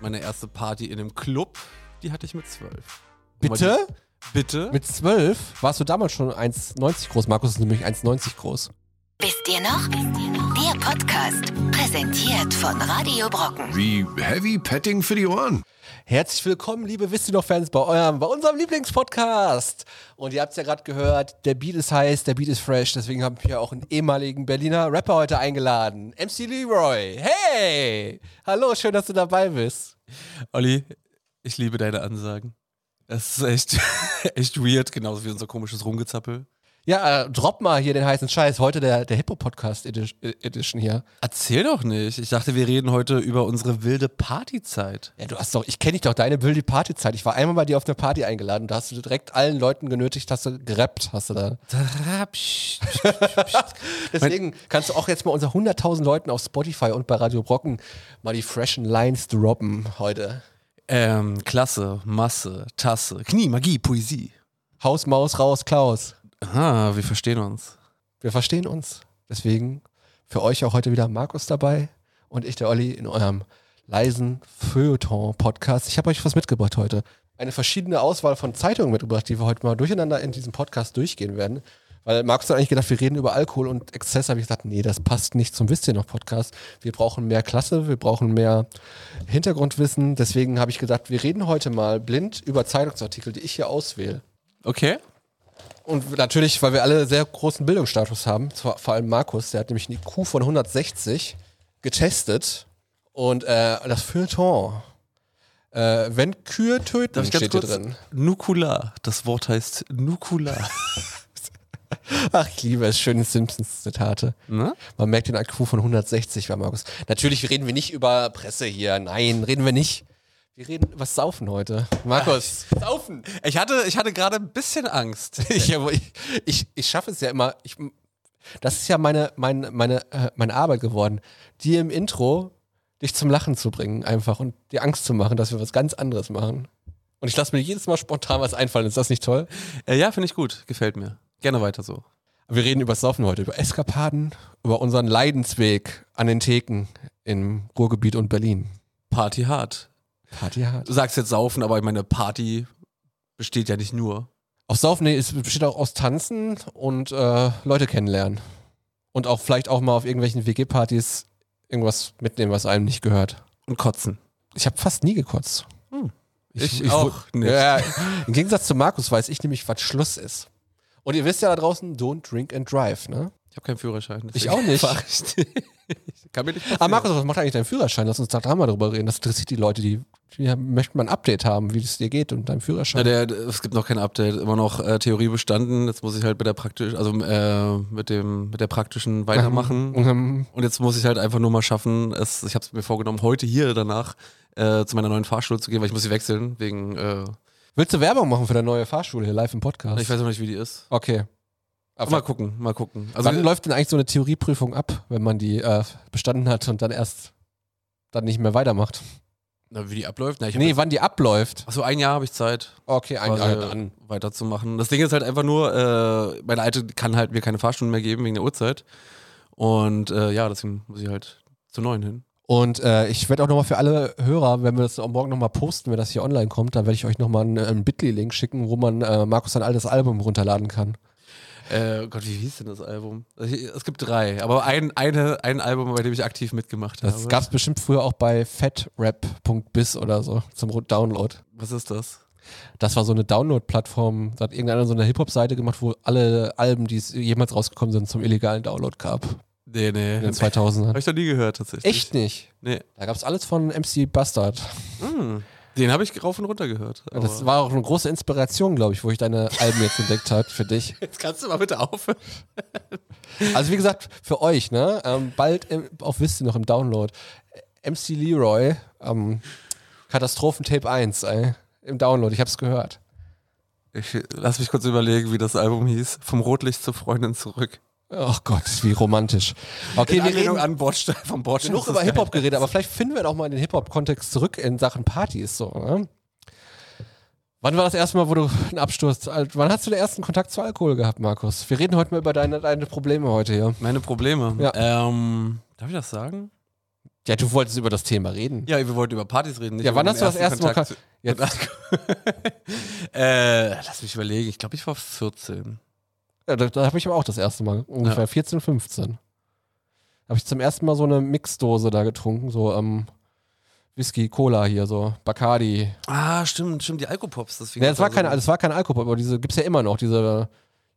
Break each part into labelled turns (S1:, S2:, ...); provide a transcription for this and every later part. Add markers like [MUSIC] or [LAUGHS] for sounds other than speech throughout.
S1: meine erste Party in einem Club, die hatte ich mit zwölf.
S2: Bitte?
S1: Bitte?
S2: Mit zwölf warst du damals schon 1,90 groß. Markus ist nämlich 1,90 groß.
S3: Wisst ihr noch? Der Podcast, präsentiert von Radio Brocken.
S4: Wie Heavy Petting für die Ohren.
S2: Herzlich willkommen, liebe Wisst ihr noch Fans, bei eurem, bei unserem Lieblingspodcast. Und ihr habt es ja gerade gehört, der Beat ist heiß, der Beat ist fresh. Deswegen haben wir auch einen ehemaligen Berliner Rapper heute eingeladen. MC Leroy. Hey! Hallo, schön, dass du dabei bist.
S1: Olli, ich liebe deine Ansagen. Das ist echt, [LAUGHS] echt weird, genauso wie unser komisches Rumgezappel.
S2: Ja, äh, drop mal hier den heißen Scheiß. Heute der, der Hippo-Podcast Edi- äh, Edition hier.
S1: Erzähl doch nicht. Ich dachte, wir reden heute über unsere wilde Partyzeit.
S2: Ja, du hast doch, ich kenne dich doch, deine wilde Partyzeit. Ich war einmal bei dir auf eine Party eingeladen. Da hast du direkt allen Leuten genötigt, hast du gerappt, hast du da. Deswegen kannst du auch jetzt mal unter 100.000 Leuten auf Spotify und bei Radio Brocken mal die freshen Lines droppen heute.
S1: ähm, Klasse, Masse, Tasse, Knie, Magie, Poesie.
S2: Hausmaus raus, Klaus.
S1: Aha, wir verstehen uns.
S2: Wir verstehen uns. Deswegen für euch auch heute wieder Markus dabei und ich, der Olli, in eurem leisen Feuilleton-Podcast. Ich habe euch was mitgebracht heute. Eine verschiedene Auswahl von Zeitungen mitgebracht, die wir heute mal durcheinander in diesem Podcast durchgehen werden. Weil Markus hat eigentlich gedacht, wir reden über Alkohol und Exzess. habe ich gesagt, nee, das passt nicht zum Wisst ihr noch Podcast. Wir brauchen mehr Klasse, wir brauchen mehr Hintergrundwissen. Deswegen habe ich gedacht, wir reden heute mal blind über Zeitungsartikel, die ich hier auswähle.
S1: Okay.
S2: Und natürlich, weil wir alle sehr großen Bildungsstatus haben, zwar vor allem Markus, der hat nämlich eine IQ von 160 getestet und äh, das Feuilleton. Äh, wenn Kühe töten,
S1: Darf ich ganz
S2: steht hier
S1: kurz?
S2: drin.
S1: Nukular. Das Wort heißt Nukular.
S2: Ach, ich liebe es, schöne Simpsons-Zitate.
S1: Ne?
S2: Man merkt den IQ von 160 bei Markus. Natürlich reden wir nicht über Presse hier, nein, reden wir nicht. Wir reden über das Saufen heute. Markus, Saufen!
S1: Ich hatte, ich hatte gerade ein bisschen Angst.
S2: [LAUGHS] ich, aber ich, ich, ich schaffe es ja immer. Ich, das ist ja meine, meine, meine, äh, meine Arbeit geworden, dir im Intro dich zum Lachen zu bringen einfach und dir Angst zu machen, dass wir was ganz anderes machen. Und ich lasse mir jedes Mal spontan was einfallen. Ist das nicht toll?
S1: Äh, ja, finde ich gut. Gefällt mir. Gerne weiter so.
S2: Wir reden über Saufen heute, über Eskapaden, über unseren Leidensweg an den Theken im Ruhrgebiet und Berlin.
S1: Party hart.
S2: Party hart.
S1: Du sagst jetzt saufen, aber ich meine, Party besteht ja nicht nur.
S2: Auf Saufen nee, es besteht auch aus Tanzen und äh, Leute kennenlernen. Und auch vielleicht auch mal auf irgendwelchen WG-Partys irgendwas mitnehmen, was einem nicht gehört.
S1: Und kotzen.
S2: Ich habe fast nie gekotzt.
S1: Ich
S2: wu-
S1: auch nicht.
S2: Ja, Im Gegensatz zu Markus weiß ich nämlich, was Schluss ist. Und ihr wisst ja da draußen, don't drink and drive, ne?
S1: Ich habe keinen Führerschein.
S2: Ich auch nicht.
S1: fahr ich nicht. Kann mir nicht
S2: Ah,
S1: passieren.
S2: Markus, was macht eigentlich dein Führerschein? Lass uns da dreimal drüber reden. Das interessiert die Leute, die, die möchten mal ein Update haben, wie es dir geht und deinem
S1: Na,
S2: Führerschein.
S1: der, es gibt noch kein Update. Immer noch äh, Theorie bestanden. Jetzt muss ich halt mit der praktisch, also äh, mit dem mit der praktischen weitermachen.
S2: Ähm,
S1: Und jetzt muss ich halt einfach nur mal schaffen, es, ich habe es mir vorgenommen, heute hier danach äh, zu meiner neuen Fahrschule zu gehen, weil ich muss sie wechseln, wegen, äh,
S2: willst du Werbung machen für deine neue Fahrschule hier live im Podcast?
S1: ich weiß noch nicht, wie die ist.
S2: okay.
S1: Aber mal gucken, mal gucken. Also,
S2: Also Wann läuft denn eigentlich so eine Theorieprüfung ab, wenn man die äh, bestanden hat und dann erst dann nicht mehr weitermacht?
S1: na, wie die abläuft? Na, ich hab
S2: Nee,
S1: jetzt-
S2: wann die abläuft.
S1: Achso, ein Jahr habe ich Zeit.
S2: Okay, ein
S1: quasi
S2: Jahr an.
S1: weiterzumachen. Das Ding ist halt einfach nur, äh, meine Alte kann halt mir keine Fahrstunden mehr geben wegen der Uhrzeit. Und äh, ja, deswegen muss ich halt zu neun hin.
S2: Und äh, ich werde auch nochmal für alle Hörer, wenn wir das auch morgen nochmal posten, wenn das hier online kommt, dann werde ich euch nochmal einen, einen Bitly-Link schicken, wo man äh, Markus sein altes Album runterladen kann.
S1: Äh, oh Gott, wie hieß denn das Album? Also, ich- Es gibt drei, aber ein, eine, ein Album, bei dem ich aktiv mitgemacht habe.
S2: Das gab es bestimmt früher auch bei fatrap.biz oder so zum Ru- Download.
S1: Was ist das?
S2: Das war so eine Download-Plattform, da hat irgendeiner so eine Hip-Hop-Seite gemacht, wo alle Alben, die es jemals rausgekommen sind, zum illegalen Download gab
S1: Nee, nee.
S2: in den 2000ern.
S1: Habe ich noch nie gehört, tatsächlich.
S2: Echt nicht.
S1: Nee.
S2: Da gab es alles von MC Bastard.
S1: Hm. Den habe ich rauf und runter gehört.
S2: Und das war auch eine große Inspiration, glaube ich, wo ich deine Alben jetzt entdeckt habe für dich.
S1: jetzt kannst du mal bitte aufhören.
S2: Also wie gesagt, für euch, ne? Ähm, bald im, auf Wisst ihr noch im Download. Äh, MC Leroy, ähm, Katastrophentape 1, ey. Im Download, ich hab's gehört.
S1: Ich, lass mich kurz überlegen, wie das Album hieß. Vom Rotlicht zur Freundin zurück.
S2: Oh Gott, wie romantisch. Okay, wir reden
S1: an Bordstein, vom Bordstein.
S2: genug über Hip-Hop geredet, aber vielleicht finden wir doch mal in den Hip-Hop-Kontext zurück in Sachen Partys. So, ne? Wann war das erste Mal, wo du einen Absturz, al- wann hast du den ersten Kontakt zu Alkohol gehabt, Markus? Wir reden heute mal über deine, deine Probleme heute hier.
S1: Meine Probleme. Ähm, darf ich das sagen?
S2: Ja, du wolltest über das Thema reden.
S1: Ja, wir wollten über Partys reden. Nicht
S2: Ja,
S1: über
S2: wann
S1: den
S2: hast du das
S1: ersten
S2: erste Mal
S1: Kontakt zu- [LAUGHS] äh, lass mich überlegen. Ich glaube, ich war 14.
S2: Ja, da, da habe ich aber auch das erste Mal, ungefähr 14, 15. Habe ich zum ersten Mal so eine Mixdose da getrunken, so ähm, Whisky, Cola hier, so Bacardi.
S1: Ah, stimmt, stimmt, die Alkopops. Das, fing
S2: Nee, das, war
S1: also-
S2: kein, das war kein Alkohol, aber diese gibt's ja immer noch, diese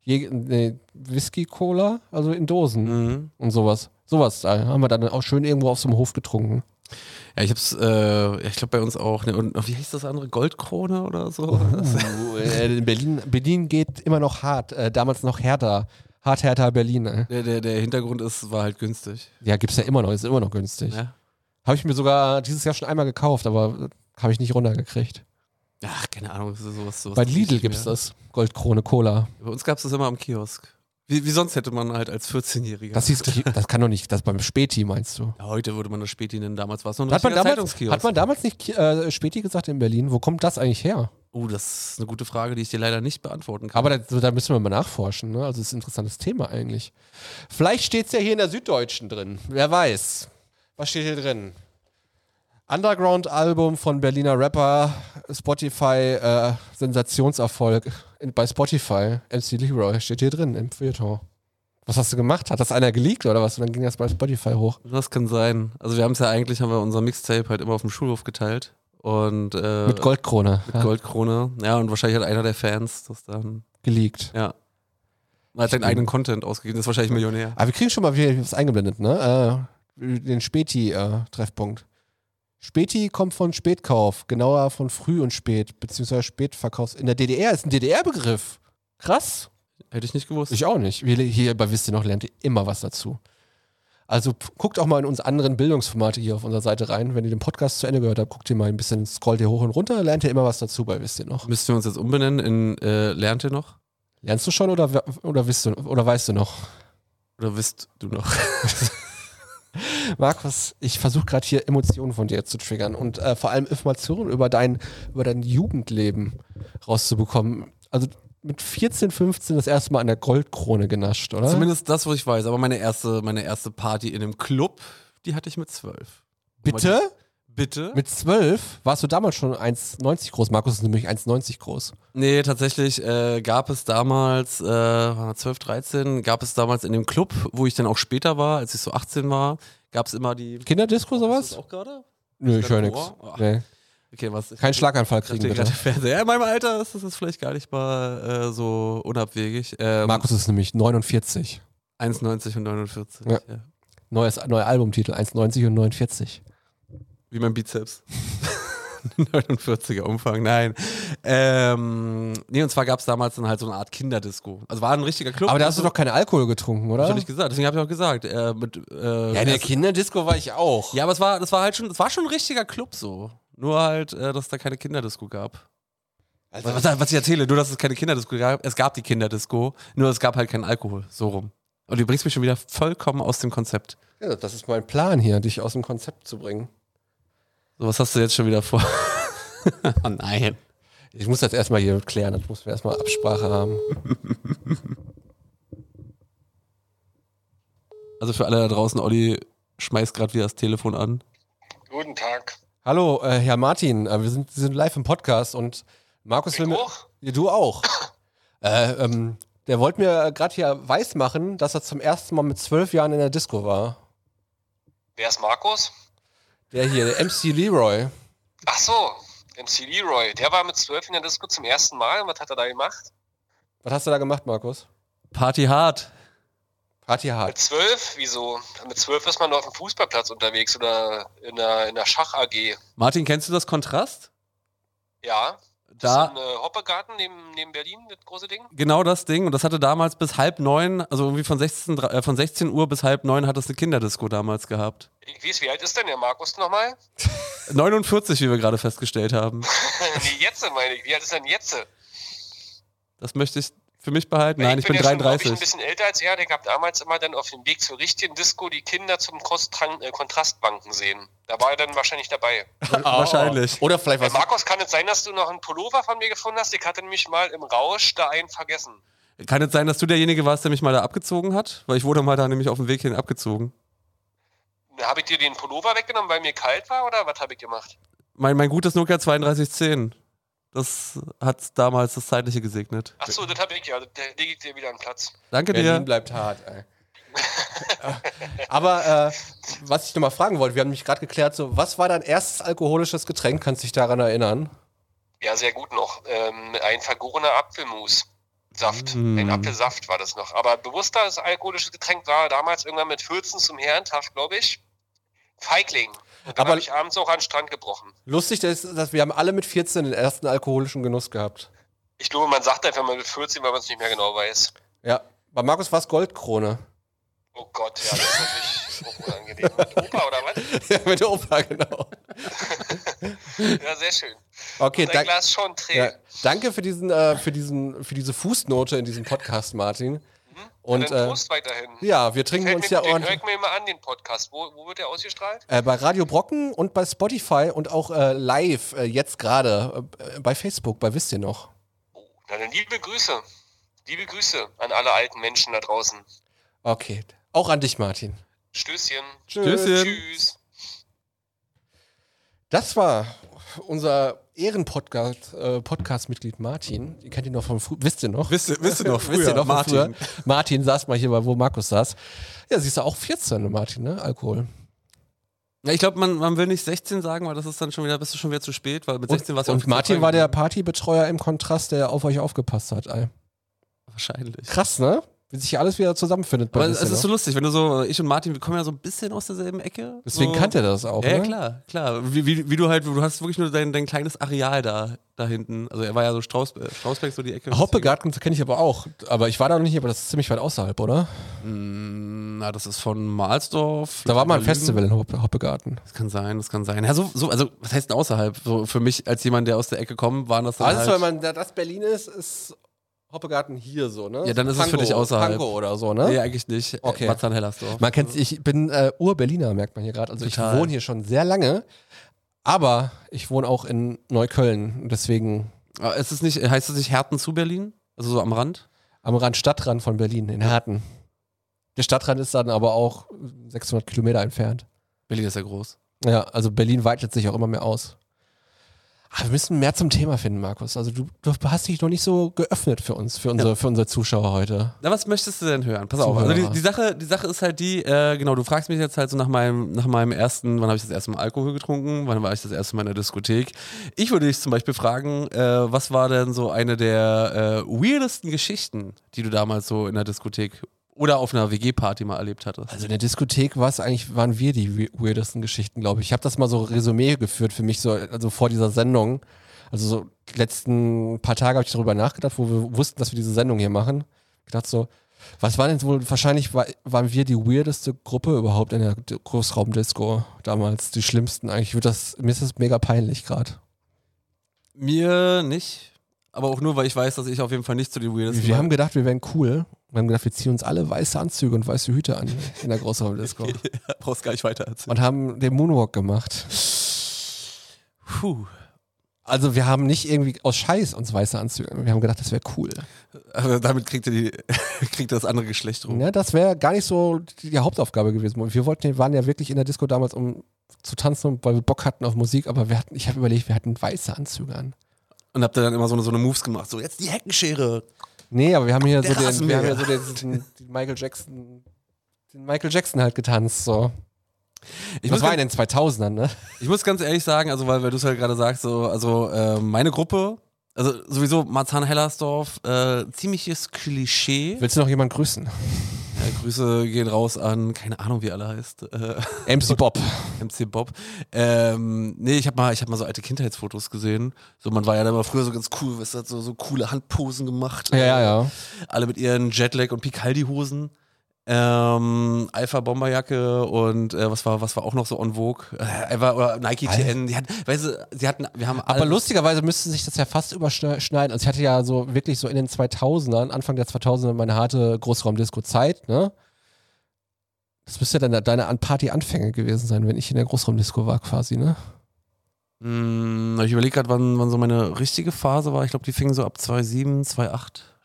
S2: Je- nee, Whisky-Cola, also in Dosen
S1: Mhm.
S2: und sowas. Sowas da haben wir dann auch schön irgendwo auf so einem Hof getrunken.
S1: Ja, ich hab's, äh, ja, ich glaube bei uns auch. Ne, und wie hieß das andere? Goldkrone oder so? [LAUGHS]
S2: Oh. Äh, in Berlin, Berlin geht immer noch hart, äh, damals noch härter. Hart, härter Berlin. Äh.
S1: Der, der, der Hintergrund ist, war halt günstig.
S2: Ja, gibt's ja immer noch, ist immer noch günstig.
S1: Ne?
S2: Habe ich mir sogar dieses Jahr schon einmal gekauft, aber habe ich nicht runtergekriegt.
S1: Ach, keine Ahnung, das ist sowas, sowas
S2: Bei
S1: krieg
S2: Lidl
S1: ich
S2: gibt's
S1: mehr.
S2: das. Goldkrone Cola.
S1: Bei uns gab's das immer am Kiosk. Wie, wie sonst hätte man halt als 14-Jähriger.
S2: Das hieß, das kann doch nicht, das beim Späti meinst du?
S1: Ja, heute würde man das Späti nennen, damals war es noch ein
S2: Hat man,
S1: richtiger
S2: damals, hat man damals nicht Ki- äh, Späti gesagt in Berlin? Wo kommt das eigentlich her?
S1: oh, das ist eine gute Frage, die ich dir leider nicht beantworten kann.
S2: Aber da, so, da müssen wir mal nachforschen. Ne? Also das ist ein interessantes Thema eigentlich. Vielleicht steht es ja hier in der Süddeutschen drin. Wer weiß. Was steht hier drin? Underground-Album von Berliner Rapper, Spotify, äh, Sensationserfolg in, bei Spotify. MC Leroy steht hier drin im Feuilleton. Was hast du gemacht? Hat das einer geleakt oder was? Und dann ging das bei Spotify hoch.
S1: Das kann sein. Also wir haben es ja eigentlich, haben wir unser Mixtape halt immer auf dem Schulhof geteilt. Und äh,
S2: Mit Goldkrone.
S1: mit
S2: ja,
S1: Goldkrone. Ja, und wahrscheinlich hat einer der Fans das dann,
S2: geleakt.
S1: ja. Man hat seinen eigenen Content ausgegeben, das ist wahrscheinlich Millionär.
S2: Aber wir kriegen schon mal wieder was eingeblendet, ne? Äh, den Späti-Treffpunkt. Späti kommt von Spätkauf, genauer von Früh und Spät, beziehungsweise Spätverkaufs. In der DDR ist ein DDR-Begriff. Krass.
S1: Hätte ich nicht gewusst.
S2: Ich auch nicht. Wir, hier bei Wisst ihr noch lernt ihr immer was dazu. Also p- guckt auch mal in unsere anderen Bildungsformate hier auf unserer Seite rein. Wenn ihr den Podcast zu Ende gehört habt, guckt ihr mal ein bisschen, scrollt ihr hoch und runter, lernt ihr immer was dazu bei Wisst ihr noch.
S1: Müssten wir uns jetzt umbenennen in äh, Lernt ihr noch?
S2: Lernst du schon oder, oder, wisst du, oder weißt du noch?
S1: Oder wisst du noch?
S2: Markus, ich versuche gerade hier Emotionen von dir zu triggern und äh, vor allem Informationen über dein, über dein Jugendleben rauszubekommen. Also mit 14, 15 das erste Mal an der Goldkrone genascht, oder?
S1: Zumindest das, was ich weiß. Aber meine erste, meine erste Party in einem Club, die hatte ich mit zwölf.
S2: Bitte?
S1: Bitte?
S2: Mit 12 warst du damals schon 1,90 groß. Markus ist nämlich 1,90 groß.
S1: Nee, tatsächlich äh, gab es damals, äh, waren wir 12, 13, gab es damals in dem Club, wo ich dann auch später war, als ich so 18 war, gab es immer die.
S2: Kinderdisco
S1: Ist das
S2: sowas?
S1: auch gerade?
S2: Nö, ich höre
S1: dein
S2: nix.
S1: Ohr? Ach.
S2: Nee.
S1: Okay, was?
S2: Keinen Schlaganfall
S1: Ich
S2: kriegen,
S1: dachte gerade
S2: bitte.
S1: Fernseher. Ja, in meinem Alter ist das jetzt vielleicht gar nicht mal äh, so unabwegig. Ähm,
S2: Markus ist nämlich 49.
S1: 1,90 und 49.
S2: Ja.
S1: Ja.
S2: Neues, neuer Albumtitel, 1,90 und 49.
S1: Wie mein Bizeps. [LAUGHS] 49er Umfang, nein. Ähm, nee, und zwar gab es damals dann halt so eine Art Kinderdisco. Also war ein richtiger Club.
S2: Aber da hast du doch keinen Alkohol getrunken, oder?
S1: Das hab ich gesagt, deswegen habe ich auch gesagt. Äh, mit, äh,
S2: ja, in der
S1: erst-
S2: Kinderdisco war ich auch.
S1: Ja, aber es war, das war halt schon, es war schon ein richtiger Club so. Nur halt, äh, dass es da keine Kinderdisco gab.
S2: Also-
S1: was, was ich erzähle, nur dass es keine Kinderdisco gab. Es gab die Kinderdisco, nur es gab halt keinen Alkohol. So rum. Und du bringst mich schon wieder vollkommen aus dem Konzept.
S2: Ja, das ist mein Plan hier, dich aus dem Konzept zu bringen.
S1: So, was hast du jetzt schon wieder vor? [LAUGHS] oh nein.
S2: Ich muss das erstmal hier klären, das muss wir erstmal Absprache haben.
S1: Also für alle da draußen, Olli schmeißt gerade wieder das Telefon an.
S5: Guten Tag.
S2: Hallo, äh, Herr Martin, äh, wir, sind, wir sind live im Podcast und Markus will mir.
S5: auch?
S2: Ja, du auch. äh, ähm, der wollte mir gerade hier weismachen, dass er zum ersten Mal mit zwölf Jahren in der Disco war.
S5: Wer ist Markus?
S2: Der hier, der MC Leroy.
S5: Ach so, MC Leroy. Der war mit zwölf in der Disco zum ersten Mal. Was hat er da gemacht?
S2: Was hast du da gemacht, Markus?
S1: Party hart.
S2: Party
S5: Mit
S2: hart.
S5: zwölf? Wieso? Mit zwölf ist man nur auf dem Fußballplatz unterwegs oder in der, in der Schach-AG.
S1: Martin, kennst du das Kontrast?
S5: Ja. Das
S1: Da-
S5: ist in äh, Hoppegarten neben, neben Berlin, das große Ding.
S1: Genau das Ding. Und das hatte damals bis halb neun, also irgendwie von 16, dra- äh, von 16 Uhr bis halb neun hat das eine Kinderdisco damals gehabt.
S5: Ich weiß, wie alt ist denn der Markus nochmal?
S1: 49, wie wir gerade festgestellt haben.
S5: [LAUGHS] nee, jetzt meine ich. Wie alt ist denn jetzt?
S1: Das möchte ich für mich behalten.
S5: Weil
S1: Nein, ich bin
S5: ja schon, glaub ich, ein
S1: 33.
S5: bisschen älter als er. Ich habe damals immer dann auf dem Weg zur richtigen Disco die Kinder zum Kosttran- äh, Kontrastbanken sehen. Da war er dann wahrscheinlich dabei.
S1: Wahrscheinlich.
S2: Oder vielleicht
S5: Äh,
S2: was.
S5: Markus, kann es sein, dass du noch einen Pullover von mir gefunden hast? Ich hatte nämlich mal im Rausch da einen vergessen.
S1: Kann jetzt sein, dass du derjenige warst, der mich mal da abgezogen hat? Weil ich wurde mal da nämlich auf dem Weg hin abgezogen.
S5: Habe ich dir den Pullover weggenommen, weil mir kalt war oder was habe ich gemacht?
S1: Mein, mein gutes Nokia 3210. Das hat damals das Zeitliche gesegnet.
S5: Achso, das habe ich ja. Da lege ich dir wieder einen Platz.
S1: Danke
S2: Berlin
S1: dir.
S2: bleibt hart. Ey. Aber äh, was ich nochmal fragen wollte, wir haben mich gerade geklärt, so, was war dein erstes alkoholisches Getränk? Kannst du dich daran erinnern?
S5: Ja, sehr gut noch. Ähm, ein vergorener Apfelmus. Saft.
S1: Mm.
S5: Ein Apfelsaft war das noch. Aber bewussteres alkoholisches Getränk war damals irgendwann mit 14 zum Herrentag, glaube ich. Feigling. Und dann
S2: Aber-
S5: habe ich abends auch an den Strand gebrochen.
S2: Lustig, dass, dass wir haben alle mit 14 den ersten alkoholischen Genuss gehabt.
S5: Ich glaube, man sagt einfach mal mit 14, weil man es nicht mehr genau weiß.
S2: Ja, bei Markus war es Goldkrone. [LAUGHS]
S5: Oh Gott, ja, das ist natürlich auch unangenehm. Mit Opa oder was?
S2: ja, mit der Opa, genau.
S5: Ja, sehr schön.
S2: Okay,
S5: Dein
S2: danke.
S5: Glas schon
S2: Ja,
S5: trägt.
S2: danke für, diesen, äh, für, diesen, für diese Fußnote in diesem Podcast, Martin.
S5: Und,
S2: Und
S5: dann
S2: äh,
S5: Prost weiterhin.
S2: ja, wir trinken
S5: Fällt
S2: uns
S5: mir
S2: ja
S5: gut, den höre
S2: ordentlich.
S5: ich mir immer an, den Podcast. Wo, wo wird der ausgestrahlt?
S2: Äh, bei Radio Brocken und bei Spotify und auch äh, live äh, jetzt gerade äh, bei Facebook, bei Wisst ihr noch?
S5: Oh, na dann liebe Grüße. Liebe Grüße an alle alten Menschen da draußen.
S2: Okay, auch an dich, Martin.
S5: Stößchen.
S1: Tschüsschen.
S5: Tschüss.
S2: Das war unser Ehrenpodcast-Mitglied äh, Podcast-Mitglied Martin. Ihr kennt ihn noch von früher. Wisst ihr noch?
S1: Wisst ihr- wisst ihr noch
S2: wisst ihr
S1: früher,
S2: noch Martin. Früher?
S1: Martin.
S2: Martin saß mal hier, wo Markus saß. Ja, siehst du auch 14, Martin, ne? Alkohol.
S1: Ja, ich glaube, man, man will nicht 16 sagen, weil das ist dann schon wieder, bist du schon wieder zu spät, weil mit 16
S2: und,
S1: warst du
S2: und
S1: offiziell
S2: Martin war der
S1: freigegeben.
S2: Partybetreuer im Kontrast, der auf euch aufgepasst hat. Ey.
S1: Wahrscheinlich.
S2: Krass, ne? Wie sich hier alles wieder zusammenfindet bei
S1: Aber es
S2: Wisst ihr
S1: ist so
S2: noch?
S1: lustig, wenn du so, ich und Martin, wir kommen ja so ein bisschen aus derselben Ecke.
S2: Deswegen
S1: so.
S2: kannte er das auch.
S1: Ja, ja,
S2: ne?
S1: klar, klar. Wie, wie, wie du halt, du hast wirklich nur dein, dein kleines Areal da, da hinten. Also er war ja so Strauß, äh, Straußberg, so die Ecke.
S2: Hoppegarten kenne ich aber auch. Aber ich war da noch nicht, aber das ist ziemlich weit außerhalb, oder?
S1: Hm, Na, das ist von Mahlsdorf.
S2: Da war mal ein
S1: Lügen.
S2: Festival in Hoppe- Hoppegarten.
S1: Das kann sein, das kann sein. Ja, so, so also was heißt denn außerhalb? So, für mich als jemand, der aus der Ecke kommt, waren das dann halt,
S2: Also, man da das Berlin ist, ist Hoppegarten hier so, ne?
S1: Ja, dann ist es für dich außerhalb.
S2: Pankow oder so, ne?
S1: Nee, eigentlich nicht.
S2: Okay.
S1: Matzahn Hellersdorf.
S2: Man kennt's, ich bin äh, Ur-Berliner, merkt man hier gerade. Also
S1: Total.
S2: ich wohne hier schon sehr lange, aber ich wohne auch in Neukölln. Und Deswegen
S1: Aber Ah, Ist es nicht, heißt es nicht Herten zu Berlin? Also so am Rand?
S2: am Rand Stadtrand von Berlin, in Herten. Der Stadtrand ist dann aber auch 600 Kilometer entfernt.
S1: Berlin ist ja groß.
S2: Ja, also Berlin weitet sich auch immer mehr aus. Aber wir müssen mehr zum Thema finden, Markus. Also du, du hast dich noch nicht so geöffnet für uns, für unsere, für unsere Zuschauer heute.
S1: Na, was möchtest du denn hören? Pass auf.
S2: Zuhörer.
S1: Also die, die, Sache, die Sache ist halt die, äh, genau, du fragst mich jetzt halt so nach meinem, nach meinem ersten, wann habe ich das erste Mal Alkohol getrunken, wann war ich das erste Mal in der Diskothek. Ich würde dich zum Beispiel fragen, äh, was war denn so eine der äh, weirdesten Geschichten, die du damals so in der Diskothek oder auf einer WG-Party mal erlebt hattest?
S2: Also in der Diskothek war es eigentlich, waren wir die we- weirdesten Geschichten, glaube ich. Ich habe das mal so Resümee geführt für mich, so, also vor dieser Sendung. Also so die letzten paar Tage habe ich darüber nachgedacht, wo wir wussten, dass wir diese Sendung hier machen. Ich dachte so, was war denn wohl, wahrscheinlich war, waren wir die weirdeste Gruppe überhaupt in der D- Großraumdisco damals, die schlimmsten eigentlich. Ich würd das, mir ist das mega peinlich gerade.
S1: Mir nicht. Aber auch nur, weil ich weiß, dass ich auf jeden Fall nicht zu den weirdesten
S2: Also Wir haben gedacht, wir wären cool. Wir haben gedacht, wir ziehen uns alle weiße Anzüge und weiße Hüte an in der [LAUGHS] Großraumdisco.
S1: brauchst gar nicht weiter erzählen.
S2: und haben den Moonwalk gemacht.
S1: Puh.
S2: Also wir haben nicht irgendwie aus Scheiß uns weiße Anzüge. Wir haben gedacht, das wäre cool.
S1: Also damit kriegt ihr die, [LAUGHS] kriegt ihr das andere Geschlecht rum.
S2: Ja, Ne, das wäre gar nicht so die, die Hauptaufgabe gewesen. Und wir wollten, waren ja wirklich in der Disco damals, um zu tanzen, und weil wir Bock hatten auf Musik. Aber wir hatten, ich habe überlegt, wir hatten weiße Anzüge an.
S1: Und habt ihr dann immer so eine, so eine Moves gemacht. So, jetzt die Heckenschere.
S2: Nee, aber wir haben hier
S1: Der
S2: so den, wir
S1: Rasenmäher.
S2: haben hier so den, den, den Michael Jackson, den Michael Jackson halt getanzt. So.
S1: Ich
S2: das
S1: muss
S2: war in den 2000ern, ne?
S1: Ich muss ganz ehrlich sagen, also weil, weil du es halt gerade sagst, so, also äh, meine Gruppe, also sowieso Marzahn-Hellersdorf, äh, ziemliches Klischee.
S2: Willst du noch jemanden grüßen?
S1: Äh, Grüße gehen raus an, keine Ahnung, wie er alle heißt, äh,
S2: MC Bob.
S1: MC Bob. Ähm, nee, ich habe mal, ich hab mal so alte Kindheitsfotos gesehen. So, man war ja da immer früher so ganz cool, weißt du, hat so, so coole Handposen gemacht.
S2: Ja, ja, ja.
S1: Alle mit ihren Jetlag- und Picaldi-Hosen. Ähm, Alpha-Bomberjacke und äh, was war was war auch noch so on Vogue? Äh, einfach- oder Nike TN. Die hat, weißt du, sie hatten, wir haben
S2: Aber
S1: alles-
S2: lustigerweise müsste sich das ja fast überschneiden. Also ich hatte ja so wirklich so in den 2000ern, Anfang der 2000er meine harte Großraumdisco-Zeit, ne? Das müsste ja dann deine An- Party-Anfänge gewesen sein, wenn ich in der Großraumdisco war quasi, ne?
S1: Mm, Ich überlege gerade, wann, wann so meine richtige Phase war. Ich glaube, die fing so ab 2,7, 2,8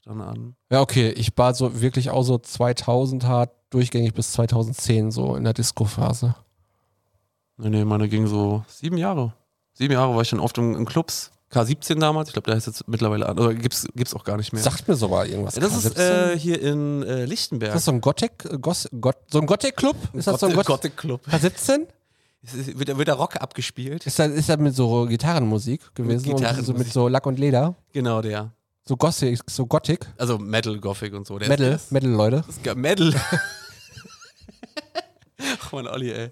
S1: dann an.
S2: Ja, okay, ich war so wirklich auch so 2000 hart durchgängig bis 2010 so in der Disco-Phase.
S1: Nee, nee, meine ging so sieben Jahre. Sieben Jahre war ich schon oft in, in Clubs. K17 damals, ich glaube, da heißt jetzt mittlerweile, an- oder gibt's, gibt's auch gar nicht mehr.
S2: Sagt mir so mal irgendwas.
S1: das ist
S2: K17?
S1: äh, hier in äh, Lichtenberg.
S2: ist das so ein Gothic, äh, Goss, Gott, so ein Gothic Club? Ist das so ein Gothic
S1: Club?
S2: K17?
S1: Es ist, wird, wird der Rock abgespielt?
S2: Ist das, ist das mit so Gitarrenmusik gewesen und so
S1: Gitarrenmusik.
S2: mit so Lack und Leder?
S1: Genau, der.
S2: So Gothic, so Gothic,
S1: Also Metal, Gothic und so. Der
S2: Metal,
S1: Ist,
S2: Metal Leute.
S1: der ist, ge-
S2: [LAUGHS]
S1: Metal. Ach man, Olli, ey.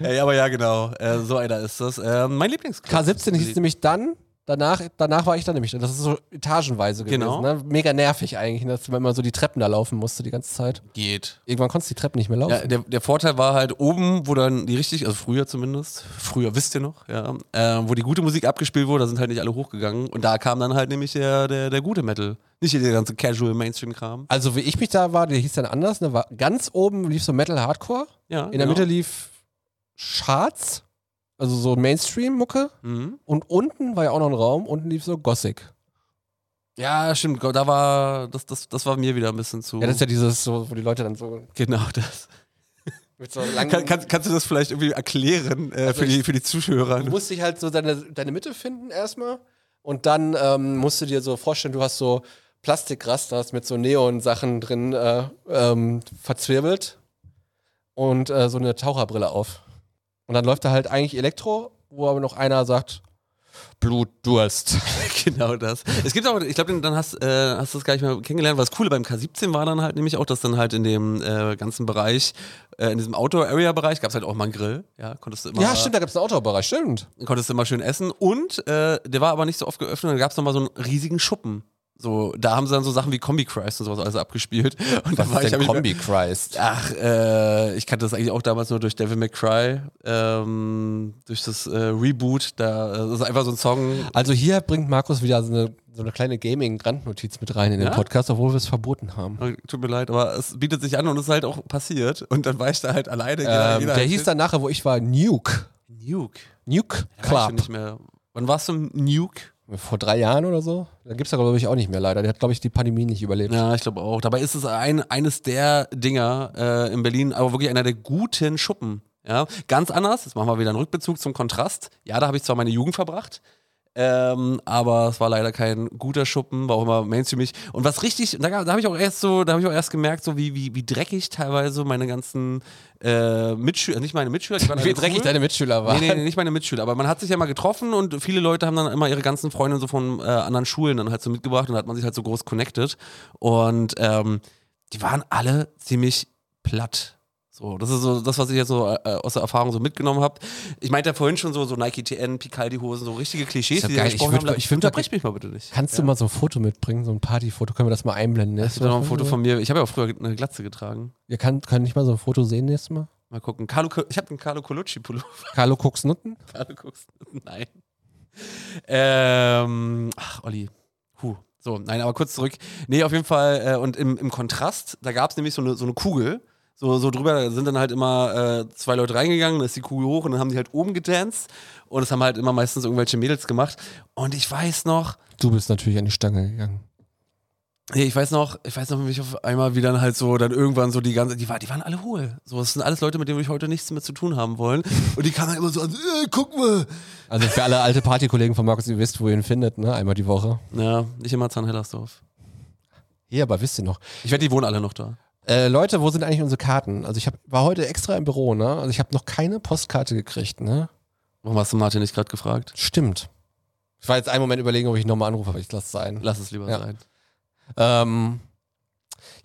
S1: ey. Aber ja, genau. Äh, so einer ist das. Ähm, mein Lieblingsclub.
S2: K17 hieß nämlich dann, danach, danach war ich dann nämlich, das ist so etagenweise gewesen.
S1: Genau.
S2: Ne? Mega nervig eigentlich, dass man immer so die Treppen da laufen musste die ganze Zeit.
S1: Geht.
S2: Irgendwann konntest du die Treppen nicht mehr laufen.
S1: Ja, der, der Vorteil war halt oben, wo dann die richtig, also früher zumindest, früher wisst ihr noch, ja, äh, wo die gute Musik abgespielt wurde, da sind halt nicht alle hochgegangen. Und da kam dann halt nämlich der, der, der gute Metal. Nicht hier der ganze Casual Mainstream-Kram.
S2: Also wie ich mich da war, der hieß dann anders. Ne? War, ganz oben lief so Metal Hardcore.
S1: Ja,
S2: In der Mitte lief Charts, also so Mainstream-Mucke.
S1: Mhm.
S2: Und unten war ja auch noch ein Raum, unten lief so Gothic.
S1: Ja, stimmt. Da war, das, das, das war mir wieder ein bisschen zu.
S2: Ja, das ist ja dieses, so, wo die Leute dann so
S1: [LAUGHS] genau das.
S2: mit so langen...
S1: Kann, kannst- kannst du das vielleicht irgendwie erklären äh,
S2: Also
S1: für, die, für die Zuhörer?
S2: du musst dich halt so deine, deine Mitte finden erstmal und dann ähm, musst du dir so vorstellen, du hast so Plastikrasters mit so Neon-Sachen drin äh, ähm, verzwirbelt und äh, so eine Taucherbrille auf. Und dann läuft da halt eigentlich Elektro, wo aber noch einer sagt, Blutdurst.
S1: [LAUGHS] genau das. Es gibt auch, ich glaube, dann hast, äh, hast du das gar nicht mehr kennengelernt. Was Coole beim K17 war dann halt nämlich auch, dass dann halt in dem äh, ganzen Bereich, äh, in diesem Outdoor-Area-Bereich gab es halt auch mal einen Grill. Ja, konntest du immer,
S2: Ja, stimmt, da gibt es einen Outdoor-Bereich, stimmt.
S1: Konntest du immer schön essen. Und äh, der war aber nicht so oft geöffnet, dann gab es nochmal so einen riesigen Schuppen. So, da haben sie dann so Sachen wie Kombi-Christ und sowas alles abgespielt. [LAUGHS] Und da war ich hab ich mir-
S2: Christ?
S1: Ach, äh, ich kannte das eigentlich auch damals nur durch Devil McCry, ähm, durch das äh, Reboot. Da, äh, das ist einfach so ein Song.
S2: Also hier bringt Markus wieder so eine, so eine kleine Gaming-Randnotiz mit rein in den
S1: Ja?
S2: Podcast, obwohl wir es verboten haben.
S1: Oh, Tut mir leid, aber es bietet sich an und es ist halt auch passiert. Und dann war ich da halt alleine. jeder-
S2: Ähm,
S1: jeder
S2: der
S1: hat-
S2: hieß dann nachher, wo ich war, Nuke.
S1: Nuke.
S2: Nuke
S1: Da war ich schon
S2: Club.
S1: nicht mehr. Wann warst du im Nuke?
S2: Vor drei Jahren oder so. Dann gibt's da, glaube ich, auch nicht mehr leider. Der hat, glaube ich, die Pandemie nicht überlebt.
S1: Ja, ich glaube auch. Dabei ist es ein, eines der Dinger äh, in Berlin, aber wirklich einer der guten Schuppen. Ja, ganz anders. Jetzt machen wir wieder einen Rückbezug zum Kontrast. Ja, da habe ich zwar meine Jugend verbracht, ähm, aber es war leider kein guter Schuppen, war auch immer mainstreamig. Und was richtig, da, gab- da habe ich auch erst so, da habe ich auch erst gemerkt, so wie, wie, wie dreckig teilweise meine ganzen äh, Mitschüler, nicht meine Mitschüler, die waren alle
S2: Wie dreckig
S1: cool.
S2: deine Mitschüler waren.
S1: Nee, nee, nee, nicht meine Mitschüler, aber man hat sich ja mal getroffen und viele Leute haben dann immer ihre ganzen Freunde so von äh, anderen Schulen dann halt so mitgebracht und da hat man sich halt so groß connected und ähm, die waren alle ziemlich platt. So, das ist so das, was ich jetzt so äh, aus der Erfahrung so mitgenommen habe. Ich meinte ja vorhin schon so, so Nike TN, Picaldi Hosen, so richtige Klischees,
S2: Ist ja
S1: die wir
S2: geil,
S1: gesprochen
S2: ich würd-
S1: haben.
S2: ich würd-
S1: Unterbrech mich mal bitte nicht.
S2: Kannst du mal so ein Foto mitbringen, so ein Partyfoto? Können wir das mal einblenden?
S1: Ich habe noch ein Foto von mir. Ich habe ja auch früher eine Glatze getragen.
S2: Wir kann, können nicht mal so ein Foto sehen nächstes Mal.
S1: Mal gucken. Carlo, ich habe einen Carlo Colucci Pullover.
S2: Carlo Kuxnutten?
S1: gerade guckst. [LAUGHS] Nein. Ähm, ach, Olli. Huh. So, nein, aber kurz zurück. Nee, auf jeden Fall. Äh, und im, im Kontrast, da gab es nämlich so eine, so eine Kugel. So, so drüber da sind dann halt immer äh, zwei Leute reingegangen, dann ist die Kugel hoch und dann haben die halt oben getanzt. Und das haben halt immer meistens irgendwelche Mädels gemacht. Und ich weiß noch,
S2: Du bist natürlich an die Stange gegangen.
S1: Nee, ich weiß noch, ich weiß noch, wie ich auf einmal wieder dann halt so, dann irgendwann so die ganze, die, war, die waren alle hohl. So, das sind alles Leute, mit denen ich heute nichts mehr zu tun haben wollen. Und die kamen dann immer so an, äh, guck mal,
S2: Also für alle alte Partykollegen von Markus, ihr wisst, wo ihr ihn findet, ne? Einmal die Woche.
S1: Ja, nicht immer Zahnhellersdorf.
S2: Hier, aber wisst ihr noch.
S1: Ich werde die wohnen alle noch da.
S2: Äh, Leute, wo sind eigentlich unsere Karten? Also ich hab, war heute extra im Büro, ne? Also ich habe noch keine Postkarte gekriegt, ne?
S1: Warum hast du Martin nicht gerade gefragt?
S2: Stimmt. Ich war jetzt einen Moment überlegen, ob ich nochmal anrufe, aber ich lasse es sein.
S1: Lass es lieber
S2: Ja.
S1: sein.
S2: Ähm,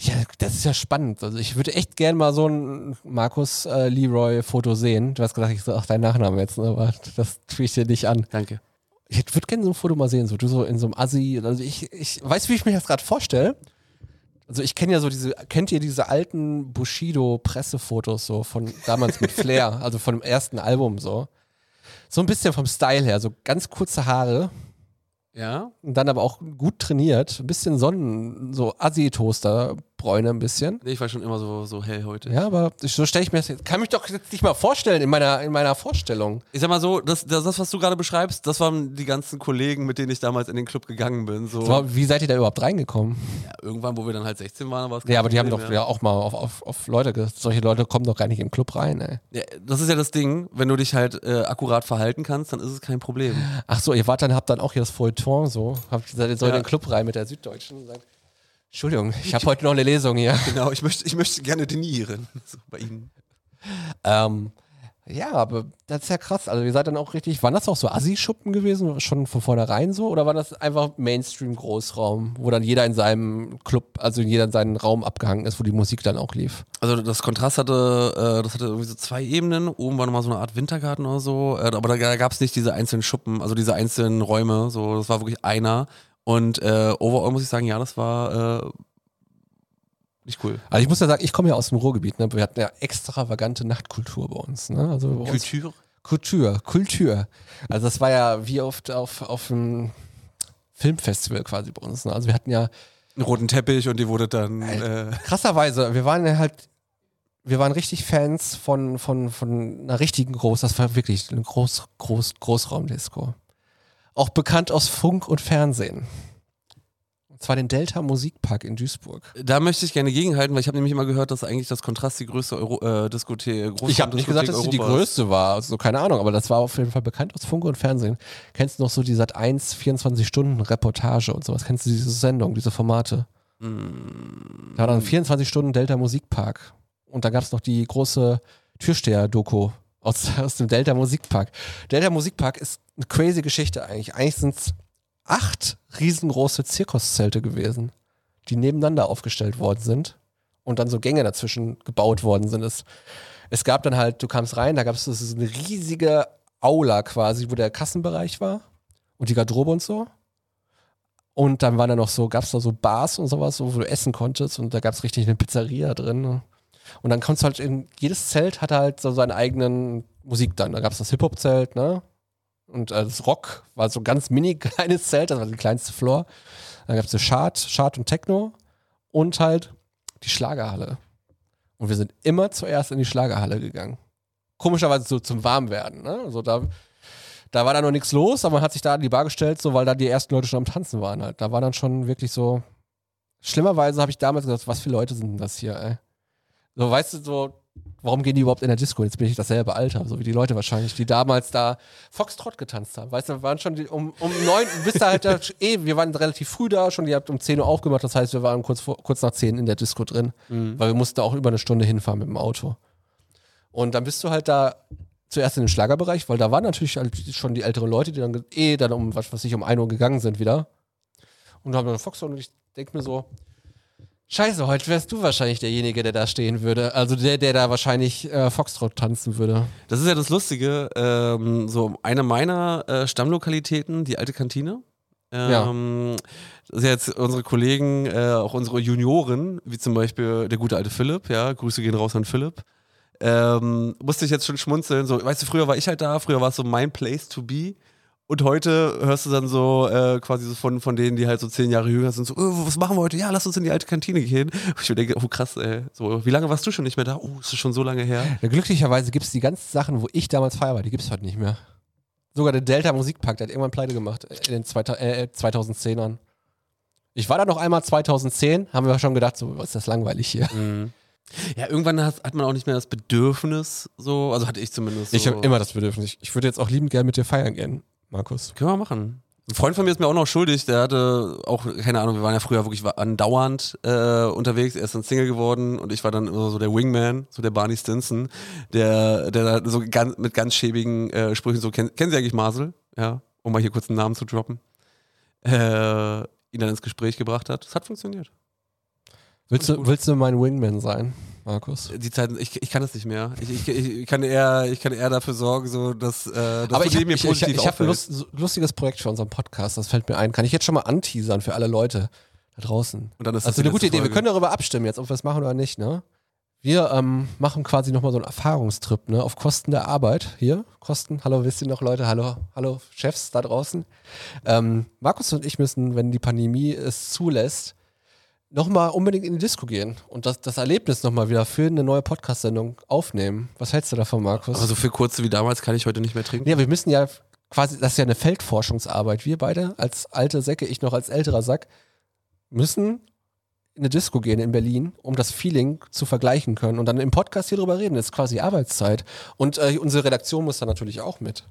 S2: ja, das ist ja spannend. Also ich würde echt gerne mal so ein Markus äh, Leroy-Foto sehen. Du hast gesagt, ich sage auch deinen Nachnamen jetzt, ne? aber das tue ich dir nicht an.
S1: Danke.
S2: Ich würde gerne so ein Foto mal sehen, so du so in so einem Assi. Also ich, ich weiß, wie ich mir das gerade vorstelle. Also ich kenne ja so diese, kennt ihr diese alten Bushido-Pressefotos so von damals mit Flair, also von dem ersten Album so. So ein bisschen vom Style her, so ganz kurze Haare
S1: Ja?
S2: und dann aber auch gut trainiert, ein bisschen Sonnen, so Assi-Toaster, bräuner ein bisschen.
S1: Nee, ich war schon immer so, so hell heute.
S2: Ja, aber so stelle ich mir das jetzt. Kann mich doch jetzt nicht mal vorstellen in meiner, in meiner Vorstellung.
S1: Ich sag mal so, das, das, das, was du gerade beschreibst, das waren die ganzen Kollegen, mit denen ich damals in den Club gegangen bin. So.
S2: Aber Wie seid ihr da überhaupt reingekommen?
S1: Ja, irgendwann, wo wir dann halt 16 waren, war es kein
S2: Ja, aber die haben
S1: Problem
S2: doch
S1: mehr.
S2: ja auch mal auf, auf, auf Leute, ge- solche Leute kommen doch gar nicht im Club rein, ey.
S1: Ja, das ist ja das Ding, wenn du dich halt äh, akkurat verhalten kannst, dann ist es kein [LAUGHS] Problem.
S2: Ach so, ihr wart dann, habt dann auch hier das Feuilleton so. Habt seid ihr so
S1: Ja.
S2: in den Club rein mit der Süddeutschen und sagt, Entschuldigung, ich habe heute noch eine Lesung
S1: [LAUGHS]
S2: hier.
S1: Genau, ich möchte, ich möchte gerne denieren. So, bei ihnen.
S2: Ähm, ja, aber das ist ja krass. Also ihr seid dann auch richtig, waren das auch so Assi-Schuppen gewesen, schon von vornherein so? Oder war das einfach Mainstream-Großraum, wo dann jeder in seinem Club, also jeder in seinen Raum abgehangen ist, wo die Musik dann auch lief?
S1: Also das Kontrast hatte, äh, das hatte irgendwie so zwei Ebenen. Oben war nochmal so eine Art Wintergarten oder so, äh, aber da, da gab es nicht diese einzelnen Schuppen, also diese einzelnen Räume. So, das war wirklich einer. Und äh, overall muss ich sagen, ja, das war äh, nicht cool.
S2: Also ich muss ja sagen, ich komme ja aus dem Ruhrgebiet, ne? Wir hatten ja extravagante Nachtkultur bei uns, ne? Also bei uns
S1: Kultur?
S2: Kultur, Kultur. Also das war ja wie oft auf, auf dem Filmfestival quasi bei uns. Ne? Also wir hatten ja
S1: Einen roten Teppich und die wurde dann. Äh,
S2: krasserweise, wir waren ja halt, wir waren richtig Fans von, von, von einer richtigen Groß, das war wirklich eine Groß, Groß, Großraumdisco. Auch bekannt aus Funk und Fernsehen. Und zwar den Delta Musikpark in Duisburg.
S1: da möchte ich gerne gegenhalten, weil ich habe nämlich immer gehört, dass eigentlich das Kontrast die größte Euro äh, Diskothek Großraum-
S2: Ich habe nicht gesagt, dass sie die
S1: Europa ist.
S2: größte war, also keine Ahnung, aber das war auf jeden Fall bekannt aus Funk und Fernsehen. Kennst du noch so die Sat 1 24 Stunden Reportage und sowas? Kennst du diese Sendung, diese Formate? Da war dann 24 Stunden Delta Musikpark und da gab es noch die große Türsteher-Doku aus, [LAUGHS] aus dem Delta Musikpark. Delta Musikpark ist eine crazy Geschichte eigentlich. Eigentlich sind es acht riesengroße Zirkuszelte gewesen, die nebeneinander aufgestellt worden sind und dann so Gänge dazwischen gebaut worden sind. Es, es gab dann halt, du kamst rein, da gab es so eine riesige Aula quasi, wo der Kassenbereich war und die Garderobe und so. Und dann waren da noch so, gab es da so Bars und sowas, wo du essen konntest und da gab es richtig eine Pizzeria drin. ne? Und dann kommst du halt in, jedes Zelt hatte halt so seinen eigenen Musik dann. Da gab es das Hip-Hop-Zelt, ne? Und äh, das Rock war so ein ganz mini [LAUGHS] kleines Zelt, das war die kleinste Floor. Dann gab es so Chart, Chart und Techno und halt die Schlagerhalle. Und wir sind immer zuerst in die Schlagerhalle gegangen. Komischerweise so zum Warmwerden, ne? Also da, da war da noch nichts los, aber man hat sich da an die Bar gestellt, so weil da die ersten Leute schon am Tanzen waren halt. Da war dann schon wirklich so. Schlimmerweise habe ich damals gesagt, was für Leute sind denn das hier, ey? So, weißt du, so, warum gehen die überhaupt in der Disco? Jetzt bin ich dasselbe Alter, so wie die Leute wahrscheinlich, die damals da Foxtrot getanzt haben. Weißt du, wir waren schon die, um, um neun, bis da halt, da- [LAUGHS] eh, wir waren relativ früh da, schon, die habt um 10 Uhr aufgemacht, das heißt, wir waren kurz, vor, kurz nach 10 in der Disco drin, weil wir mussten auch über eine Stunde hinfahren mit dem Auto. Und dann bist du halt da zuerst in den Schlagerbereich, weil da waren natürlich halt schon die älteren Leute, die dann ge- eh dann um, was weiß ich, um 1 Uhr gegangen sind wieder. Und haben dann Foxtrot und ich denke mir so, Scheiße, heute wärst du wahrscheinlich derjenige, der da stehen würde. Also der, der da wahrscheinlich äh, Foxtrot tanzen würde.
S1: Das ist ja das Lustige. Ähm, so eine meiner äh, Stammlokalitäten, die alte Kantine. Ähm, Das ist ja jetzt unsere Kollegen, äh, auch unsere Junioren, wie zum Beispiel der gute alte Philipp, ja, Grüße gehen raus an Philipp. Ähm, musste ich jetzt schon schmunzeln, so, weißt du, früher war ich halt da, früher war es so mein Place to be. Und heute hörst du dann so äh, quasi so von, von denen, die halt so zehn Jahre jünger sind, so, äh, was machen wir heute? Ja, lass uns in die alte Kantine gehen. [LAUGHS] Und ich mir denke, oh krass, ey. So, wie lange warst du schon nicht mehr da? Oh, ist das schon so lange her?
S2: Ja, glücklicherweise gibt es die ganzen Sachen, wo ich damals feier war, die gibt es heute nicht mehr. Sogar der Delta Musikpark, der hat irgendwann pleite gemacht äh, in den 2000, äh, äh, 2010ern. Ich war da noch einmal 2010, haben wir schon gedacht, so was ist das langweilig hier.
S1: Mhm. Ja, irgendwann hat, hat man auch nicht mehr das Bedürfnis, so, also hatte ich zumindest. So.
S2: Ich habe immer das Bedürfnis. Ich würde jetzt auch liebend gerne mit dir feiern gehen, Markus.
S1: Können wir machen. Ein Freund von mir ist mir auch noch schuldig, der hatte auch, keine Ahnung, wir waren ja früher wirklich wa- andauernd äh, unterwegs, er ist dann Single geworden und ich war dann immer so der Wingman, so der Barney Stinson, der, der da so ganz, mit ganz schäbigen äh, Sprüchen so, kenn, kennen Sie eigentlich Marcel? Ja, um mal hier kurz einen Namen zu droppen. Äh, ihn dann ins Gespräch gebracht hat. Es hat funktioniert.
S2: Willst du, willst du mein Wingman sein, Markus?
S1: Die Zeiten, ich, ich kann das nicht mehr. Ich, ich, ich, kann eher, ich kann eher dafür sorgen, so, dass, äh, dass
S2: Aber
S1: das
S2: ich habe
S1: Leben mir
S2: ich, ich,
S1: positiv
S2: ich hab ein
S1: auffällt.
S2: lust, so- lustiges Projekt für unseren Podcast, das fällt mir ein. Kann ich jetzt schon mal anteasern für alle Leute da draußen?
S1: Und dann ist das
S2: also
S1: die
S2: eine gute
S1: letzte
S2: Idee. Wir
S1: Folge.
S2: können darüber abstimmen jetzt, ob wir es machen oder nicht. Ne? Wir ähm, machen quasi nochmal so einen Erfahrungstrip ne? auf Kosten der Arbeit hier. Kosten, hallo, wisst ihr noch Leute, hallo, hallo Chefs da draußen. Ähm, Markus und ich müssen, wenn die Pandemie es zulässt, nochmal unbedingt in die Disco gehen und das, das Erlebnis nochmal wieder für eine neue Podcast-Sendung aufnehmen. Was hältst du davon, Markus?
S1: Aber so viel kurze wie damals kann ich heute nicht mehr trinken.
S2: nee, wir müssen ja quasi, das ist ja eine Feldforschungsarbeit. Wir beide als alte Säcke, ich noch als älterer Sack, müssen in eine Disco gehen in Berlin, um das Feeling zu vergleichen können und dann im Podcast hier drüber reden. Das ist quasi Arbeitszeit. Und äh, unsere Redaktion muss da natürlich auch mit.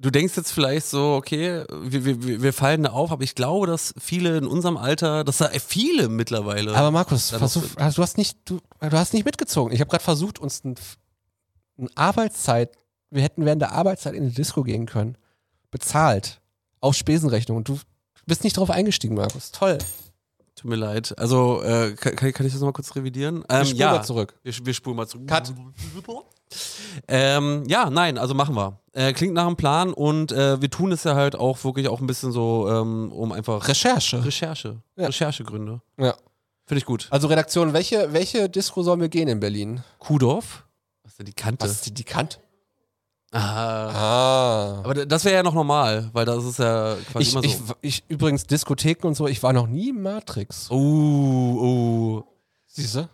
S1: Du denkst jetzt vielleicht so, okay, wir, wir- wir, wir fallen da auf, aber ich glaube, dass viele in unserem Alter, dass da äh, viele mittlerweile.
S2: Aber Markus,
S1: dann
S2: versuch,
S1: noch so-
S2: hast- du, hast nicht, du, du hast nicht mitgezogen. Ich habe gerade versucht, uns ein, ein Arbeitszeit, wir hätten während der Arbeitszeit in die Disco gehen können. Bezahlt. Auf Spesenrechnung. Und du bist nicht drauf eingestiegen, Markus. Toll.
S1: tut mir leid. Also, äh, kann, kann ich- kann ich das nochmal kurz revidieren? Ähm,
S2: Wir spulen mal zurück.
S1: Wir, wir spulen mal zurück.
S2: Cut.
S1: Ähm, ja, nein, also machen wir. Äh, klingt nach einem Plan und äh, wir tun es ja halt auch wirklich auch ein bisschen so, ähm, um einfach
S2: Recherche.
S1: Recherche,
S2: Ja.
S1: Recherchegründe.
S2: Ja.
S1: Finde ich gut.
S2: Also Redaktion, welche, welche Disco sollen wir gehen in Berlin?
S1: Kudorf? Was ist denn die Kante?
S2: Was ist die, die Kant?
S1: Ah.
S2: Ah.
S1: Aber da- das wäre ja noch normal, weil das ist ja quasi
S2: Ich,
S1: immer so.
S2: ich, ich, übrigens, Diskotheken und so, ich war noch nie im Matrix.
S1: oh, oh.
S2: Siehst du?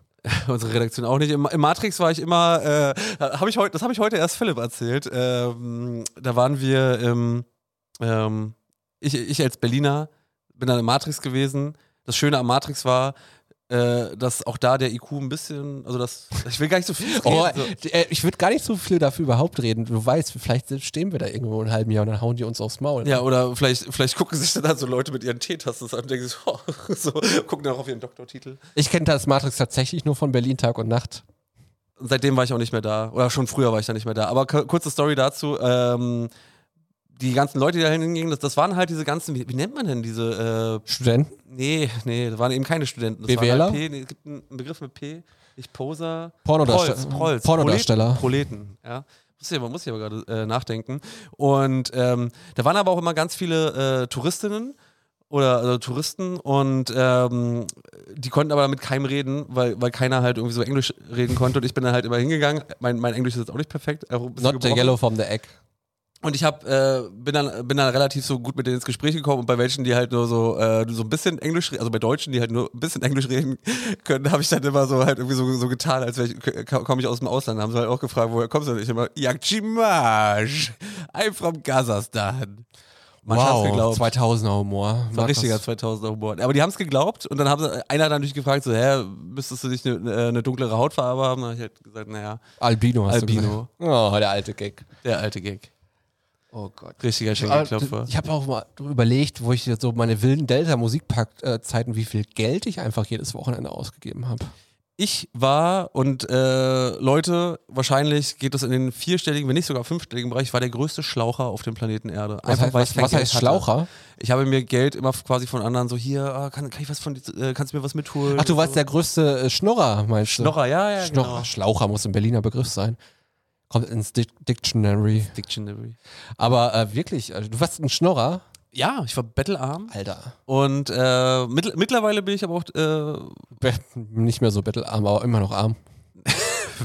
S1: Unsere Redaktion auch nicht. Im, im Matrix war ich immer, äh, hab ich heut, das habe ich heute erst Philipp erzählt. Ähm, da waren wir im, ähm, ich, ich als Berliner bin dann im Matrix gewesen. Das Schöne am Matrix war, äh, dass auch da der IQ ein bisschen, also das, ich will gar nicht so viel reden,
S2: Oh,
S1: so.
S2: äh, ich würde gar nicht so viel dafür überhaupt reden. Du weißt, vielleicht stehen wir da irgendwo in einem halben Jahr und dann hauen die uns aufs Maul.
S1: Ja, oder vielleicht, vielleicht gucken sich dann halt so Leute mit ihren Teetassen an und denken so, [LAUGHS] so gucken dann auch auf ihren Doktortitel.
S2: Ich kenne das Matrix tatsächlich nur von Berlin Tag und Nacht.
S1: Und seitdem war ich auch nicht mehr da. Oder schon früher war ich da nicht mehr da. Aber ku- kurze Story dazu. Ähm, die ganzen Leute, die da hingingen, das, das waren halt diese ganzen, wie, wie nennt man denn diese? Äh,
S2: Studenten?
S1: nee, nee, das waren eben keine Studenten. Das
S2: BWLer?
S1: Waren halt P, nee, es gibt einen einen Begriff mit P, nicht Poser.
S2: Pornodarste-
S1: Prols, Prols,
S2: Pornodarsteller.
S1: Proleten, Proleten, ja. Muss ich aber, muss ich aber gerade äh, nachdenken. Und ähm, da waren aber auch immer ganz viele äh, Touristinnen oder also Touristen und ähm, die konnten aber mit keinem reden, weil, weil keiner halt irgendwie so Englisch reden konnte und ich bin dann halt immer hingegangen. Mein, mein Englisch ist jetzt auch nicht perfekt. äh, ein bisschen
S2: Not the
S1: gebrochen.
S2: yellow from the egg.
S1: Und ich hab, äh, bin, dann, bin dann relativ so gut mit denen ins Gespräch gekommen und bei welchen, die halt nur so, äh, so ein bisschen Englisch, re- also bei Deutschen, die halt nur ein bisschen Englisch reden [LAUGHS] können, habe ich dann immer so halt irgendwie so, so getan, als wäre ich, komme ich aus dem Ausland. Haben sie halt auch gefragt, woher kommst du denn? Ich immer, Yakchimaj, I'm from Kasachstan. Man hat's geglaubt.
S2: 2000er Humor.
S1: Das war
S2: Markus.
S1: richtiger 2000er Humor. Aber die haben es geglaubt und dann haben sie, einer hat dann natürlich gefragt, so, hä, müsstest du nicht eine, eine dunklere Hautfarbe haben? Dann habe ich halt gesagt, naja,
S2: Albino hast
S1: Albino.
S2: du gesagt. Oh, der alte Gag.
S1: der alte Gag.
S2: Oh Gott.
S1: Richtiger Schenkelklopfer.
S2: Ich habe auch mal überlegt, wo ich jetzt so meine wilden Delta-Musikpakt-Zeiten, wie viel Geld ich einfach jedes Wochenende ausgegeben habe.
S1: ich war und äh, Leute, wahrscheinlich geht das in den vierstelligen, wenn nicht sogar fünfstelligen Bereich, ich war der größte Schlaucher auf dem Planeten Erde. Einfach, weil ich
S2: Also, was,
S1: kein
S2: was
S1: Geld
S2: heißt
S1: hatte.
S2: Schlaucher?
S1: Ich habe mir Geld immer quasi von anderen so hier, ah, kann, kann ich was von, dir- äh, kannst du mir was mitholen?
S2: Ach, du
S1: Und so.
S2: warst der größte äh, Schnorrer, meinst du?
S1: Schnorrer, ja, ja,
S2: Schnorrer.
S1: genau.
S2: Schlaucher muss ein Berliner Begriff sein. Kommt ins Dic Dictionary.
S1: genau. Dictionary.
S2: Aber äh, wirklich, also, du warst ein Schnorrer.
S1: Ja, ich war bettelarm
S2: Alter.
S1: und äh, mittl- mittlerweile bin ich aber auch, äh, [LAUGHS]
S2: Be nicht mehr so bettelarm, aber immer noch arm.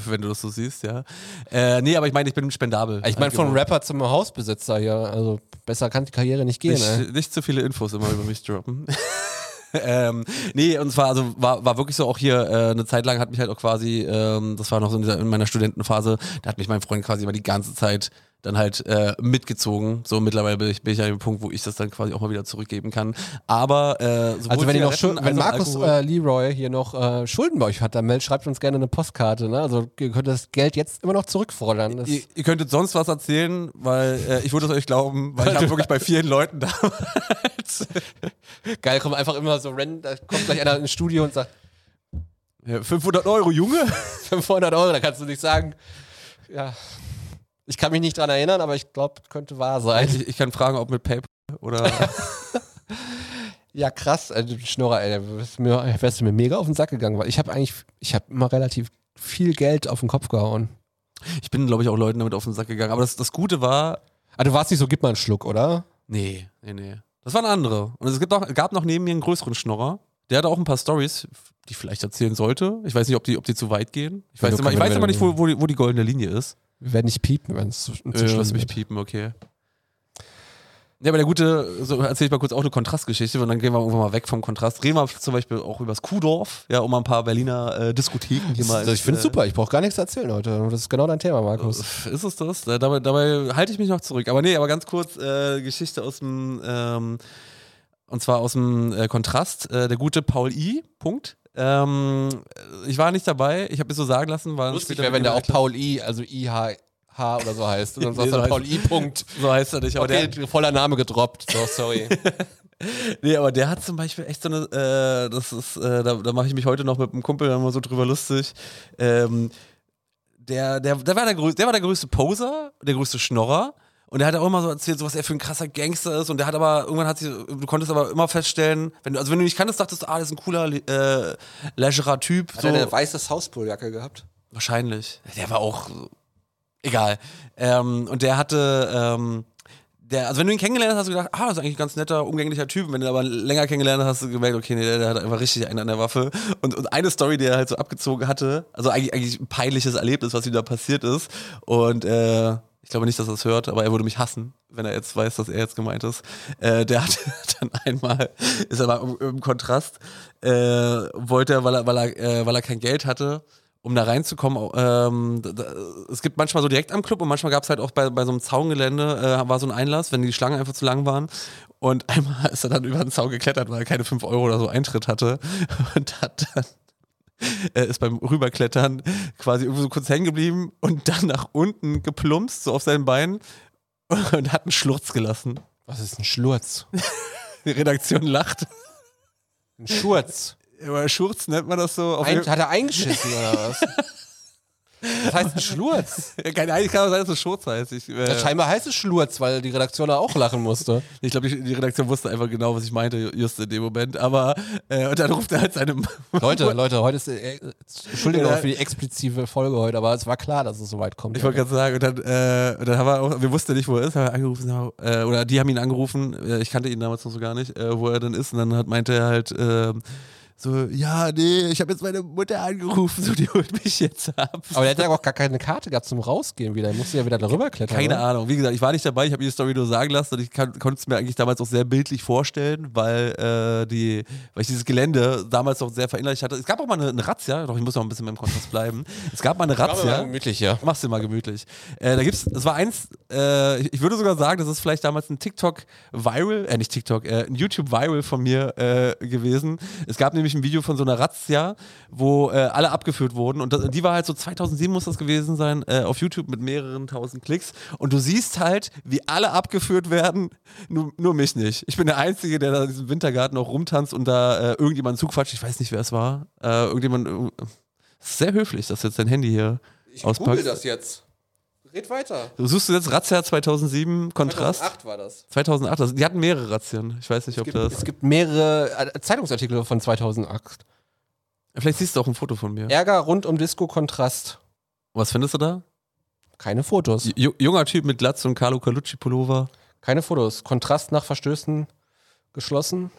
S1: wenn du das so siehst, ja. Äh, nee, aber ich meine, ich bin spendabel.
S2: Ich meine, von
S1: Allgemein.
S2: Rapper zum Hausbesitzer hier. Also besser kann die Karriere nicht gehen. ey.
S1: Nicht, nicht zu viele Infos immer über mich droppen. [LAUGHS] ähm, nee, und zwar also war, war wirklich so auch hier äh, eine Zeit lang hat mich halt auch quasi, ähm, das war noch so in, dieser, in meiner Studentenphase, da hat mich mein Freund quasi immer die ganze Zeit dann halt äh, mitgezogen. So mittlerweile bin ich, bin ich ja an dem Punkt, wo ich das dann quasi auch mal wieder zurückgeben kann. Aber äh, sowohl
S2: Also wenn ihr noch
S1: Zigaretten
S2: Schulden, wenn
S1: als auch
S2: Markus
S1: Alkohol-
S2: äh, Leroy hier noch äh, Schulden bei euch hat, dann meld, schreibt uns gerne eine Postkarte. Ne? Also ihr könnt das Geld jetzt immer noch zurückfordern. Das,
S1: Ihr, ihr könntet sonst was erzählen, weil äh, ich würde es euch glauben,
S2: [LAUGHS]
S1: weil ich habe wirklich bei vielen Leuten damals
S2: geil, kommt einfach immer so rennen, da kommt gleich einer ins Studio und sagt, [LAUGHS]
S1: Ja, 500 Euro, Junge.
S2: 500 Euro, da kannst du nicht sagen. Ja, ich kann mich nicht dran erinnern, aber ich glaube, könnte wahr sein.
S1: Ich, ich kann fragen, ob mit PayPal oder
S2: Ja, krass, äh, du Schnorrer, ey, da wärst du mir, wärst du mir mega auf den Sack gegangen, weil ich habe eigentlich, ich habe immer relativ viel Geld auf den Kopf gehauen.
S1: Ich bin, glaube ich, auch Leuten damit auf den Sack gegangen. Aber das, das Gute war,
S2: Ah, du warst nicht so, gib mal einen Schluck, oder?
S1: nee, nee, nee. Das waren andere. Und es gibt noch, gab noch neben mir einen größeren Schnorrer. Der hatte auch ein paar Stories, die ich vielleicht erzählen sollte. Ich weiß nicht, ob die, ob die zu weit gehen. Ich
S2: Ja,
S1: weiß
S2: du
S1: immer, ich
S2: können wir
S1: weiß immer
S2: dann-
S1: nicht, wo, wo, die, wo die goldene Linie ist.
S2: Wir werden nicht piepen, wenn es zu, zu
S1: Äh,
S2: schlimm
S1: lass mich
S2: wird.
S1: piepen, okay. Ja, aber der gute, so erzähle ich mal kurz auch eine Kontrastgeschichte und dann gehen wir irgendwann mal weg vom Kontrast. Reden wir zum Beispiel auch übers Kuhdorf, ja, um mal ein paar Berliner äh, Diskotheken hier mal.
S2: Also ich finde
S1: äh,
S2: es super, ich brauche gar nichts erzählen heute. Das ist genau dein Thema, Markus.
S1: Ist es das? Äh, Dabei, dabei halte ich mich noch zurück. Aber nee, aber ganz kurz äh, Geschichte aus dem, ähm, und zwar aus dem äh, Kontrast. Äh, der gute Paul I. Punkt. Ähm, ich war nicht dabei, ich habe es so sagen lassen, weil
S2: Lustig
S1: später-
S2: wäre, wenn der auch Paul I, also I-H-H oder so heißt. [LAUGHS] Und dann
S1: Nee,
S2: sagst
S1: so
S2: du
S1: heißt-
S2: Paul I. Punkt.
S1: so heißt er nicht, aber der,
S2: Okay, voller Name gedroppt. So, [LAUGHS] sorry.
S1: Nee, aber der hat zum Beispiel echt so eine, äh, das ist, äh, da, da mache ich mich heute noch mit einem Kumpel immer so drüber lustig. Ähm, der, der, der, war der, größ- der war der größte Poser, der größte Schnorrer. Und der hat auch immer so erzählt, so was er für ein krasser Gangster ist. Und der hat aber, irgendwann hat sich, du konntest aber immer feststellen, wenn du, also wenn du nicht kanntest, dachtest du, ah, das ist ein cooler, äh, legerer Typ.
S2: Hat
S1: so.
S2: er eine weiße Southpole-Jacke gehabt?
S1: Wahrscheinlich. Der war auch. Egal. Ähm, und der hatte. Ähm, der, also, wenn du ihn kennengelernt hast, hast du gedacht, ah, das ist eigentlich ein ganz netter, umgänglicher Typ. Und Wenn du ihn aber länger kennengelernt hast, hast du gemerkt, okay, nee, der, der hat einfach richtig einen an der Waffe. Und, und eine Story, die er halt so abgezogen hatte, also eigentlich, eigentlich ein peinliches Erlebnis, was ihm da passiert ist. Und äh, ich glaube nicht, dass er es hört, aber er würde mich hassen, wenn er jetzt weiß, dass er jetzt gemeint ist. Äh, der hat [LAUGHS] dann einmal, ist aber im, im Kontrast, äh, wollte er, weil er, weil er, äh, weil er kein Geld hatte, um da reinzukommen, ähm, da, da, es gibt manchmal so direkt am Club und manchmal gab es halt auch bei, bei so einem Zaungelände, äh, war so ein Einlass, wenn die Schlangen einfach zu lang waren. Und einmal [LAUGHS] ist er dann über den Zaun geklettert, weil er keine 5 Euro oder so Eintritt hatte. [LAUGHS] Und hat dann äh, ist beim Rüberklettern quasi irgendwo so kurz hängen geblieben und dann nach unten geplumpst, so auf seinen Beinen und hat einen Schlurz gelassen.
S2: Was ist ein Schlurz?
S1: Die Redaktion lacht.
S2: Ein Schurz.
S1: Aber Schurz nennt man das so. Auf
S2: [LAUGHS] Ein, hat er eingeschissen oder [LAUGHS] was? Das heißt
S1: [LAUGHS]
S2: ein Schlurz.
S1: keine Ahnung, ich kann auch sein, dass es Schurz heißt. Ich, äh,
S2: Das scheinbar heißt es Schlurz, weil die Redaktion da auch lachen musste.
S1: Ich glaube, die, die Redaktion wusste einfach genau, was ich meinte, just in dem Moment. Aber äh, und dann ruft er halt seine
S2: [LAUGHS] Leute, Leute, heute ist. Äh, äh, Entschuldigung
S1: Ja.
S2: für die explizite Folge heute, aber es war klar, dass es so weit
S1: [LAUGHS]
S2: kommt.
S1: Ich wollte gerade sagen, und dann, äh, und dann haben wir auch, wir wussten nicht, wo er ist, haben wir angerufen, haben wir- äh, oder die haben ihn angerufen, äh, ich kannte ihn damals noch so gar nicht, äh, wo er dann ist. Und dann hat, meinte er halt ähm, so, ja, nee, ich habe jetzt meine Mutter angerufen, so, die holt mich jetzt ab.
S2: aber der hat ja auch gar keine Karte gehabt zum Rausgehen wieder. Er musste ja wieder darüber klettern.
S1: Keine
S2: oder?
S1: Ahnung. Wie gesagt, ich war nicht dabei, ich habe mir die Story nur sagen lassen und ich kann- konnte es mir eigentlich damals auch sehr bildlich vorstellen, weil, äh, die, weil ich dieses Gelände damals noch sehr verinnerlicht hatte. Es gab auch mal eine, eine Razzia, doch ich muss noch ein bisschen beim Kontrast bleiben. Es gab mal eine
S2: Aber war
S1: Razzia.
S2: gemütlich, ja.
S1: Mach's dir mal gemütlich. Äh, da gibt's, es war eins, äh, ich- ich würde sogar sagen, das ist vielleicht damals ein TikTok-Viral, äh, nicht TikTok, äh, ein YouTube-Viral von mir äh, gewesen. Es gab nämlich ein Video von so einer Razzia, wo äh, alle abgeführt wurden und das, die war halt so 2007 muss das gewesen sein, äh, auf YouTube mit mehreren tausend Klicks und du siehst halt, wie alle abgeführt werden, nur, nur mich nicht. Ich bin der Einzige, der da in diesem Wintergarten auch rumtanzt und da äh, irgendjemand zuquatscht, ich weiß nicht, wer es war, äh, irgendjemand... Sehr höflich, dass jetzt dein Handy hier
S2: Ich
S1: auspackst.
S2: jetzt. Red weiter.
S1: Du suchst du jetzt Razzia 2007, Kontrast? 2008.
S2: war das.
S1: also die hatten mehrere Razzien. Ich weiß nicht, ob
S2: gibt,
S1: das.
S2: es gibt mehrere äh, Zeitungsartikel von 2008.
S1: Vielleicht siehst du auch ein Foto von mir.
S2: Ärger rund um Disco-Kontrast.
S1: Was findest du da?
S2: Keine Fotos.
S1: J ju- junger Typ mit Glatze und Carlo Calucci Pullover.
S2: Keine Fotos. Kontrast nach Verstößen geschlossen.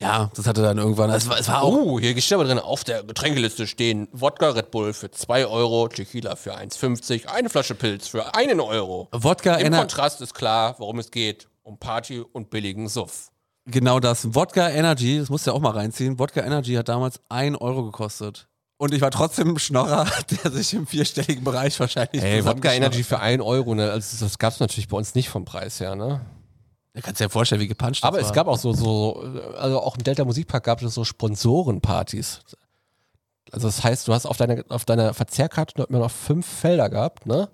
S1: Ja, das hatte dann irgendwann. Es war, es war auch.
S2: Oh, hier steht aber drin, auf der Getränkeliste stehen Wodka Red Bull für 2 Euro, Tequila für 1,50, eine Flasche Pilz für 1 Euro.
S1: Wodka
S2: Im
S1: Ener
S2: Kontrast ist klar, worum es geht. Um Party und billigen Suff.
S1: Genau das. Wodka Energy, das musst du ja auch mal reinziehen. Wodka Energy hat damals 1 Euro gekostet. Und ich war trotzdem ein Schnorrer, [LAUGHS] der sich im vierstelligen Bereich wahrscheinlich.
S2: Ey, Wodka
S1: zusammengeschnorrt-
S2: Energy für 1 Euro, ne? Also das gab's natürlich bei uns nicht vom Preis her, ne?
S1: Du kannst dir ja vorstellen, wie gepuncht das
S2: Aber es
S1: war.
S2: gab auch so, so, also auch im Delta Musikpark gab es so Sponsorenpartys. Also das heißt, du hast auf deiner, auf deiner Verzehrkarte dort immer noch fünf Felder gehabt, ne?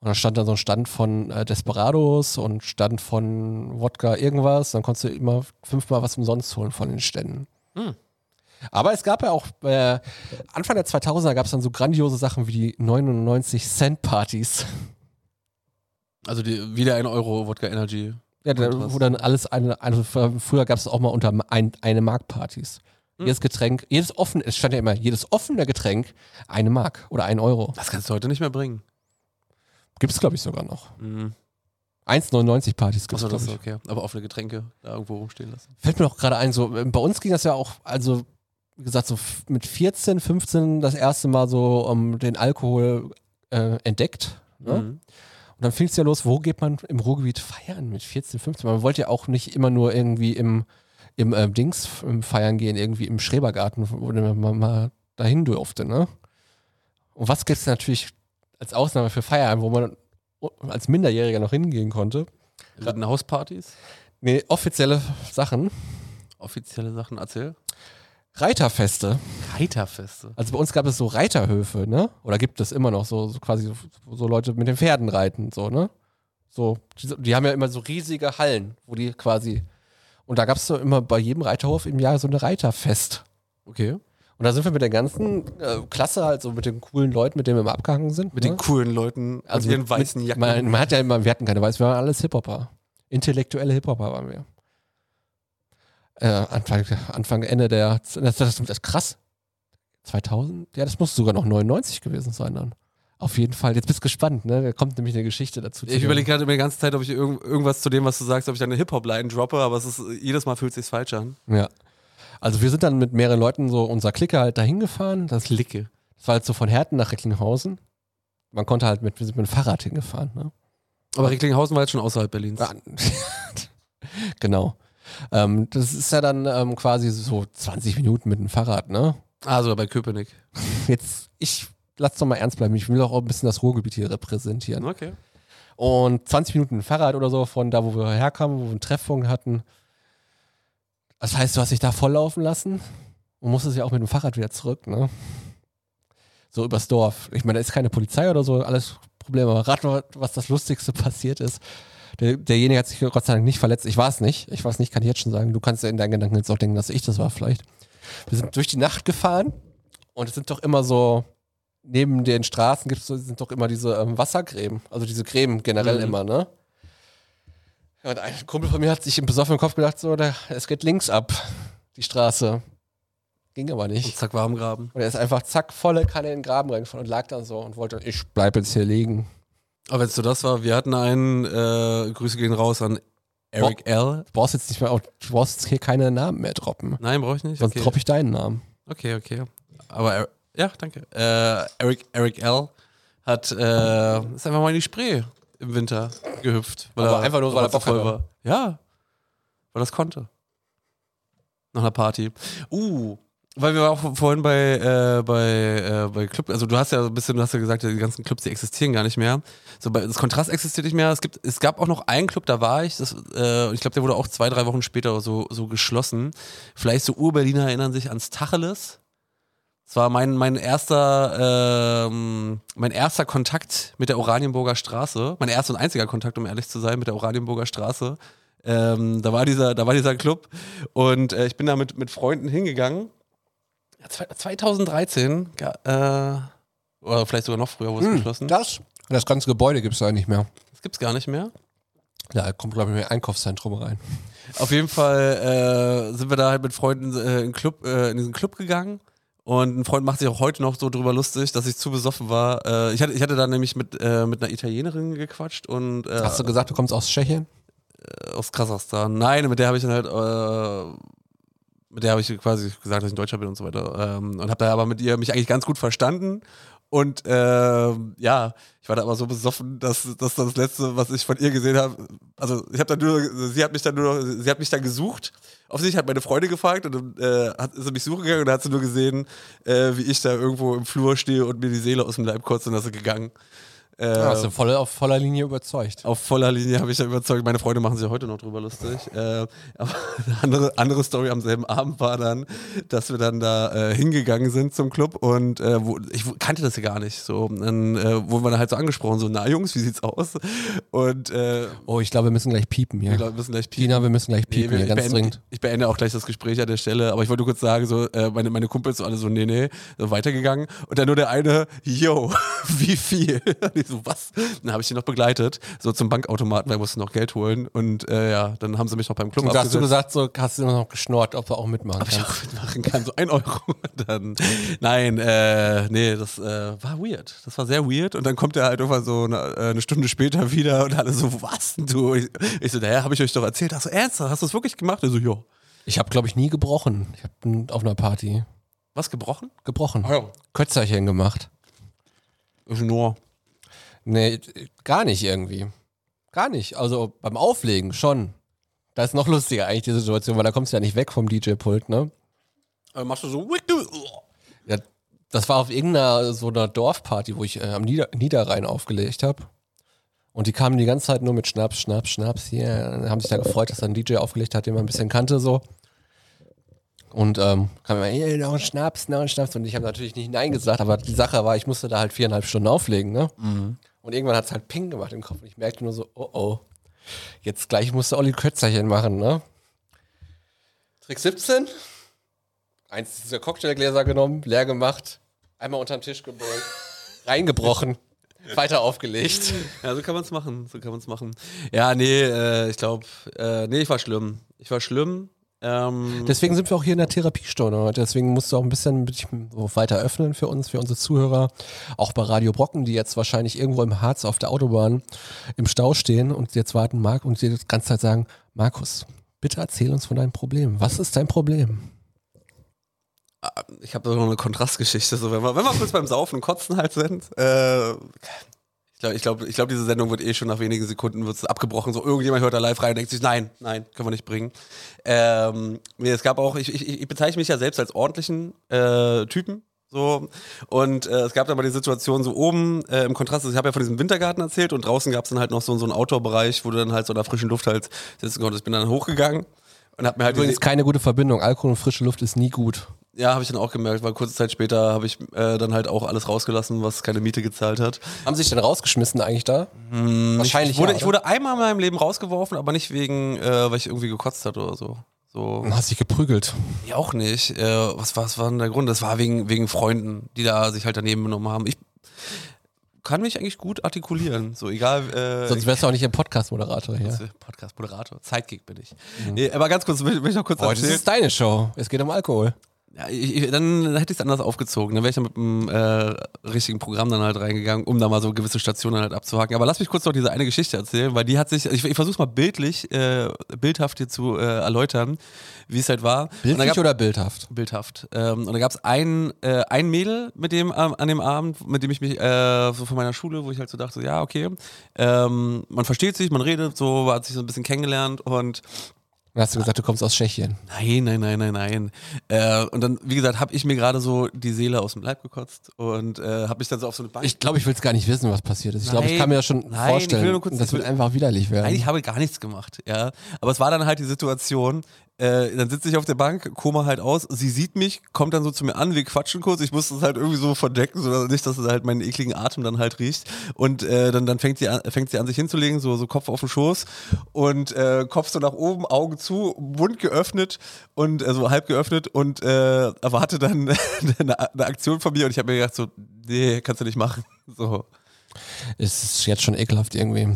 S2: Und da stand dann so ein Stand von äh, Desperados und Stand von Wodka irgendwas. Dann konntest du immer fünfmal was umsonst holen von den Ständen. Aber es gab ja auch, äh, Anfang der 2000er gab es dann so grandiose Sachen wie die 99-Cent-Partys.
S1: Also die, wieder 1 Euro Wodka Energy.
S2: Ja, da,
S1: Kontrast.
S2: wo dann alles eine, also fr- früher gab es auch mal unter ein, eine Mark Partys.
S1: Hm.
S2: Jedes Getränk, jedes offen, es stand ja immer, jedes offene Getränk eine Mark oder ein Euro.
S1: Das kannst du heute nicht mehr bringen.
S2: Gibt es, glaube ich, sogar noch.
S1: Mhm.
S2: 1,99 Partys gibt
S1: Achso,
S2: es,
S1: das
S2: glaube
S1: ist
S2: ich.
S1: okay. Aber offene Getränke da irgendwo rumstehen lassen.
S2: Fällt mir auch gerade ein, so, äh, bei uns ging das ja auch, also, wie gesagt, so f- mit 14, 15 das erste Mal so ähm, den Alkohol äh, entdeckt. Ne?
S1: Mhm.
S2: Und Und dann fing es ja los, wo geht man im Ruhrgebiet feiern mit 14, 15? Man wollte ja auch nicht immer nur irgendwie im, im äh, Dings f- im feiern gehen, irgendwie im Schrebergarten, wo man mal dahin durfte, ne? Und was gibt es natürlich als Ausnahme für Feiern, wo man als Minderjähriger noch hingehen konnte?
S1: Rittenhauspartys?
S2: Nee, offizielle Sachen.
S1: Offizielle Sachen, erzähl.
S2: Reiterfeste.
S1: Reiterfeste.
S2: Also bei uns gab es so Reiterhöfe, ne? Oder gibt es immer noch so, so quasi so, so Leute mit den Pferden reiten, so, ne? So, die, die haben ja immer so riesige Hallen, wo die quasi. Und da gab es so immer bei jedem Reiterhof im Jahr so eine Reiterfest.
S1: Okay.
S2: Und da sind wir mit der ganzen äh, Klasse, halt so mit den coolen Leuten, mit denen wir immer abgehangen sind.
S1: Mit
S2: ne?
S1: den coolen Leuten, also mit ihren
S2: mit-
S1: weißen
S2: mit-
S1: Jacken.
S2: Man, man hat ja immer, wir hatten keine weißen, wir waren alles Hip-Hopper. Intellektuelle Hip-Hopper waren wir. Äh, Anfang, Anfang, Ende der, das, das, das ist krass. 2000? Ja, das muss sogar noch 99 gewesen sein dann. Auf jeden Fall. Jetzt bist du gespannt, ne? Da kommt nämlich eine Geschichte dazu. zu
S1: ich
S2: dem-
S1: überlege gerade immer die ganze Zeit, ob ich irgend, irgendwas zu dem, was du sagst, ob ich da eine Hip-Hop-Line droppe, aber es ist, jedes Mal fühlt es sich falsch an.
S2: Ja. Also wir sind dann mit mehreren Leuten so unser Clique halt dahin gefahren. Das Licke. Das war halt so von Herten nach Recklinghausen. Man konnte halt mit, wir sind mit dem Fahrrad hingefahren, ne?
S1: Aber Recklinghausen war jetzt schon außerhalb Berlins.
S2: Ah, [LAUGHS] genau. Ähm, das ist ja dann ähm, quasi so 20 Minuten mit dem Fahrrad, ne?
S1: Also bei Köpenick.
S2: Jetzt, ich lass doch mal ernst bleiben. Ich will auch ein bisschen das Ruhrgebiet hier repräsentieren.
S1: Okay.
S2: Und 20 Minuten mit dem Fahrrad oder so von da, wo wir herkamen, wo wir einen Treffpunkt hatten. Das heißt, du hast dich da volllaufen lassen und musstest ja auch mit dem Fahrrad wieder zurück, ne? So übers Dorf. Ich meine, da ist keine Polizei oder so, alles Probleme. Aber rat mal, was das Lustigste [LAUGHS] passiert ist. Der, derjenige hat sich Gott sei Dank nicht verletzt. Ich war es nicht. Ich weiß nicht, kann ich jetzt schon sagen. Du kannst ja in deinen Gedanken jetzt auch denken, dass ich das war vielleicht. Wir sind durch die Nacht gefahren und es sind doch immer so, neben den Straßen gibt's, so- sind doch immer diese ähm, Wassergräben. Also diese Gräben generell
S1: Mhm.
S2: immer, ne? Ja, und ein Kumpel von mir hat sich im besoffenen Kopf gedacht, so, da, es geht links ab, die Straße. Ging aber
S1: Und
S2: nicht.
S1: zack, war am Graben.
S2: Und er ist einfach zack, volle Kanne in den Graben reingefallen und lag dann so und wollte, ich bleib jetzt hier liegen.
S1: Aber wenn es so das war, wir hatten einen, äh, Grüße gehen raus an Eric L.
S2: Du brauchst jetzt nicht mehr, auch- du brauchst jetzt hier keine Namen mehr droppen.
S1: Nein, brauche ich nicht.
S2: Sonst
S1: okay.
S2: droppe ich deinen Namen.
S1: Okay, okay. Aber Er- ja, danke. Äh, Eric, Eric L. hat äh, ist einfach mal in die Spree im Winter gehüpft.
S2: Aber einfach nur, weil er
S1: zu
S2: Bock hatte.
S1: voll war. Ja, weil das konnte. Nach einer Party. Uh, weil wir auch vorhin bei äh, bei äh, bei Club, also du hast ja so ein bisschen, du hast ja gesagt, die ganzen Clubs, die existieren gar nicht mehr. So bei, das Kontrast existiert nicht mehr. Es gibt, es gab auch noch einen Club, da war ich. Das, äh, und ich glaube, der wurde auch zwei, drei Wochen später oder so so geschlossen. Vielleicht so Urberliner erinnern sich ans Tacheles. Es war mein, mein, erster, ähm, mein erster Kontakt mit der Oranienburger Straße. Mein erster und einziger Kontakt, um ehrlich zu sein, mit der Oranienburger Straße. Ähm, da, war dieser, da war dieser Club und äh, ich bin da mit, mit Freunden hingegangen. Ja, zwei- 2013, ga- äh, oder vielleicht sogar noch früher, wurde es geschlossen.
S2: Hm, Das? Das ganze Gebäude gibt's da nicht mehr.
S1: Das gibt's gar nicht mehr.
S2: Da kommt, glaube ich, mehr Einkaufszentrum rein.
S1: Auf jeden Fall äh, sind wir da halt mit Freunden äh, in, Club, äh, in diesen Club gegangen. Und ein Freund macht sich auch heute noch so drüber lustig, dass ich zu besoffen war. Äh, ich, hatte, ich hatte da nämlich mit, äh, mit einer Italienerin gequatscht und äh,
S2: Hast du gesagt, du kommst aus Tschechien?
S1: aus Kasachstan. Nein, mit der habe ich dann halt, äh, mit der habe ich quasi gesagt, dass ich ein Deutscher bin und so weiter. Ähm, und habe da aber mit ihr mich eigentlich ganz gut verstanden. Und ähm, ja, ich war da aber so besoffen, dass, dass das letzte, was ich von ihr gesehen habe, also ich habe dann nur, sie hat mich dann nur, sie hat mich dann gesucht. Offensichtlich hat meine Freundin gefragt und äh, hat, ist sie mich suchen gegangen und dann hat sie nur gesehen, äh, wie ich da irgendwo im Flur stehe und mir die Seele aus dem Leib kotze und dann ist sie gegangen. Äh, Oh.
S2: Ja. Hast du voll, auf voller Linie überzeugt.
S1: auf voller Linie habe ich da überzeugt. Meine Freunde machen sich heute noch drüber lustig. Äh, aber eine andere, andere Story am selben Abend war dann, dass wir dann da äh, hingegangen sind zum Club und äh, wo, ich wo- kannte das ja gar nicht. So, Und dann äh, wurden wir dann halt so angesprochen, so, na Jungs, wie sieht's aus? Und äh,
S2: Oh, ich glaube, wir müssen gleich piepen hier.
S1: wir glaub, wir müssen gleich piepen.
S2: Tina, wir müssen gleich
S1: Nee,
S2: piepen hier,
S1: ich,
S2: ganz
S1: beende,
S2: dringend.
S1: ich beende auch gleich das Gespräch an der Stelle, aber ich wollte nur kurz sagen, so, äh, meine, meine Kumpels so alle so, nee, nee, so weitergegangen. Und dann nur der eine, yo, [LAUGHS] wie viel? [LAUGHS] Und ich so, was? Dann habe ich die noch begleitet, so zum Bankautomaten, weil wir mussten noch Geld holen. Und äh, ja, dann haben sie mich noch beim Club
S2: Und da hast du
S1: abgesetzt.
S2: gesagt, so hast du immer noch geschnurrt, ob du auch mitmachen
S1: Ob ich
S2: kannst.
S1: auch mitmachen kann, so ein Euro. [LAUGHS] Dann. Nein, äh, nee, das äh, war weird. Das war sehr weird. Und dann kommt er halt irgendwann so eine, äh, eine Stunde später wieder und alle so, was denn du? Ich, ich so, naja, habe ich euch doch erzählt. Ach so, ernsthaft, hast du es wirklich gemacht? Er so, jo.
S2: Ich habe, glaube ich, nie gebrochen. Ich habe auf einer Party
S1: Was gebrochen?
S2: gebrochen.
S1: ja.
S2: Kötzerchen gemacht.
S1: Ist nur.
S2: Nee, gar nicht irgendwie. Gar nicht. Also beim Auflegen schon. Da ist noch lustiger eigentlich die Situation, weil da kommst du ja nicht weg vom DJ-Pult, ne?
S1: Äh, machst du so.
S2: Ja, das war auf irgendeiner so einer Dorfparty, wo ich äh, am Nieder Niederrhein aufgelegt habe. Und die kamen die ganze Zeit nur mit Schnaps, Schnaps, Schnaps hier. Haben sich da gefreut, dass da ein DJ aufgelegt hat, den man ein bisschen kannte so. Und ähm, kam immer, hey, noch ein Schnaps, noch ein Schnaps. Und ich habe natürlich nicht Nein gesagt, aber die Sache war, ich musste da halt viereinhalb Stunden auflegen. Ne? Und irgendwann hat es halt Ping gemacht im Kopf. Und ich merkte nur so, oh oh, jetzt gleich musste Olli Kötzerchen machen. Ne? Trick 17, eins dieser Cocktailgläser genommen, leer gemacht, einmal unterm Tisch gebeugt, reingebrochen, weiter aufgelegt.
S1: Ja, so kann man es machen. So kann man es machen. Ja, nee, äh, ich glaube, äh, nee, ich war schlimm. Ich war schlimm. Ähm,
S2: Deswegen sind wir auch hier in der Therapiestunde heute. Deswegen musst du auch ein bisschen dich weiter öffnen für uns, für unsere Zuhörer. Auch bei Radio Brocken, die jetzt wahrscheinlich irgendwo im Harz auf der Autobahn im Stau stehen und jetzt warten, Marc, und dir die ganze Zeit sagen, Markus, bitte erzähl uns von deinem Problem. Was ist dein Problem?
S1: ich habe da noch eine Kontrastgeschichte. So, wenn, wir, wenn wir kurz beim Saufen und Kotzen halt sind. Äh, ich glaube, ich glaub, ich glaub, diese Sendung wird eh schon nach wenigen Sekunden wird's abgebrochen. So, irgendjemand hört da live rein und denkt sich, nein, nein, können wir nicht bringen. Ähm, nee, es gab auch, ich, ich, ich bezeichne mich ja selbst als ordentlichen äh, Typen. So, und äh, es gab dann mal die Situation so oben äh, im Kontrast, ich habe ja von diesem Wintergarten erzählt und draußen gab es dann halt noch so, so einen Outdoor-Bereich, wo du dann halt so in der frischen Luft halt sitzen konntest. Ich bin dann hochgegangen und hab mir halt
S2: Übrigens keine gute Verbindung. Alkohol und frische Luft ist nie gut.
S1: Ja, habe ich dann auch gemerkt, weil kurze Zeit später habe ich äh, dann halt auch alles rausgelassen, was keine Miete gezahlt hat.
S2: Haben sie sich denn rausgeschmissen eigentlich da? Wahrscheinlich
S1: Hm, Ich wurde,
S2: ja,
S1: ich wurde einmal in meinem Leben rausgeworfen, aber nicht wegen, äh, weil ich irgendwie gekotzt hatte oder so. So.
S2: oder? Hast dich geprügelt.
S1: Ja, auch nicht. Äh, was, was war denn der Grund? Das war wegen, wegen Freunden, die da sich halt daneben benommen haben. Ich kann mich eigentlich gut artikulieren. So, egal. Äh,
S2: Sonst wärst du auch nicht im Podcast-Moderator hier.
S1: Podcast-Moderator, Zeitkick bin ich. Nee, aber ganz kurz, will, will ich noch kurz
S2: Heute Mhm. ist
S1: erzählen.
S2: es deine Show. Es geht um Alkohol.
S1: Ja, ich, ich, dann hätte ich es anders aufgezogen. Dann wäre ich dann mit dem äh, richtigen Programm dann halt reingegangen, um da mal so gewisse Stationen halt abzuhaken. Aber lass mich kurz noch diese eine Geschichte erzählen, weil die hat sich, also ich, ich versuche es mal bildlich, äh, bildhaft hier zu äh, erläutern, wie es halt war. Und dann
S2: Bildlich
S1: gab-
S2: oder bildhaft?
S1: Bildhaft. Ähm, und da gab es ein, äh, ein Mädel mit dem, am- an dem Abend, mit dem ich mich äh, so von meiner Schule, wo ich halt so dachte, ja, okay, ähm, man versteht sich, man redet, so hat sich so ein bisschen kennengelernt und
S2: Dann hast du gesagt, du kommst aus Tschechien.
S1: Nein, nein, nein, nein, nein. Äh, und dann, wie gesagt, habe ich mir gerade so die Seele aus dem Leib gekotzt und äh, habe mich dann so auf so eine Bank.
S2: Ich glaube, ich will es gar nicht wissen, was passiert ist. Ich glaube, ich
S1: Nein.
S2: kann mir das schon
S1: Nein,
S2: vorstellen.
S1: ich will nur kurz-
S2: das wird einfach widerlich werden.
S1: eigentlich habe ich gar nichts gemacht, ja. Aber es war dann halt die Situation, äh, dann sitze ich auf der Bank, Koma halt aus, sie sieht mich, kommt dann so zu mir an, wir quatschen kurz, ich muss das halt irgendwie so verdecken, so dass nicht, dass es halt meinen ekligen Atem dann halt riecht. Und äh, dann, dann fängt, sie an, fängt sie an, sich hinzulegen, so, so Kopf auf den Schoß und äh, Kopf so nach oben, Augen zu, Mund geöffnet und also halb geöffnet und äh, erwarte dann [LAUGHS] eine, eine Aktion von mir und ich habe mir gedacht, so, nee, kannst du nicht machen. So.
S2: es ist jetzt schon ekelhaft irgendwie.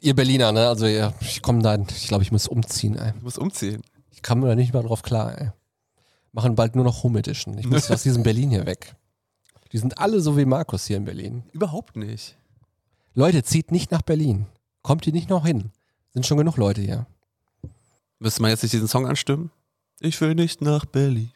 S2: Ihr Berliner, ne? Also ihr, ich komme da, ich glaube, ich muss umziehen. Ey.
S1: Ich muss umziehen.
S2: Ich kam da nicht mal drauf klar. Ey. Machen bald nur noch Home Edition. Ich [LAUGHS] muss aus diesem Berlin hier weg. Die sind alle so wie Markus hier in Berlin.
S1: Überhaupt nicht.
S2: Leute, zieht nicht nach Berlin. Kommt hier nicht noch hin. Sind schon genug Leute hier.
S1: Müsste man jetzt nicht diesen Song anstimmen? Ich will nicht nach Berlin.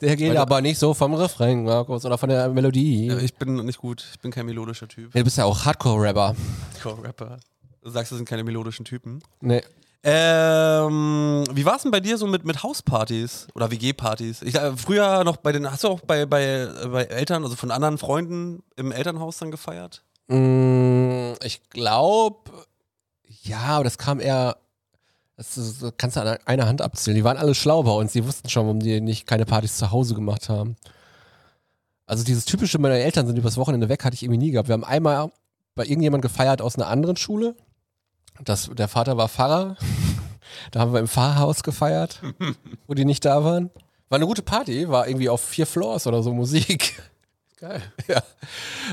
S2: Der geht
S1: Leute-
S2: aber nicht so vom Refrain, Markus, oder von der Melodie.
S1: Ja, ich bin nicht gut. Ich bin kein melodischer Typ.
S2: du bist ja auch Hardcore-Rapper.
S1: Hardcore-Rapper. Du sagst, das sind keine melodischen Typen.
S2: Nee.
S1: Ähm, wie war es denn bei dir so mit, mit Hauspartys oder WG-Partys? Ich, äh, früher noch bei den, hast du auch bei, bei, äh, bei Eltern, also von anderen Freunden im Elternhaus dann gefeiert?
S2: Mm, Ich glaube, ja, aber das kam eher. Das ist, das kannst du an einer Hand abzählen. Die waren alle schlau bei uns. Die wussten schon, warum die nicht keine Partys zu Hause gemacht haben. Also dieses typische, meine Eltern sind übers Wochenende weg, hatte ich irgendwie nie gehabt. Wir haben einmal bei irgendjemand gefeiert aus einer anderen Schule. Das, der Vater war Pfarrer. Da haben wir im Pfarrhaus gefeiert, wo die nicht da waren. War eine gute Party, war irgendwie auf vier Floors oder so Musik. Geil. Ja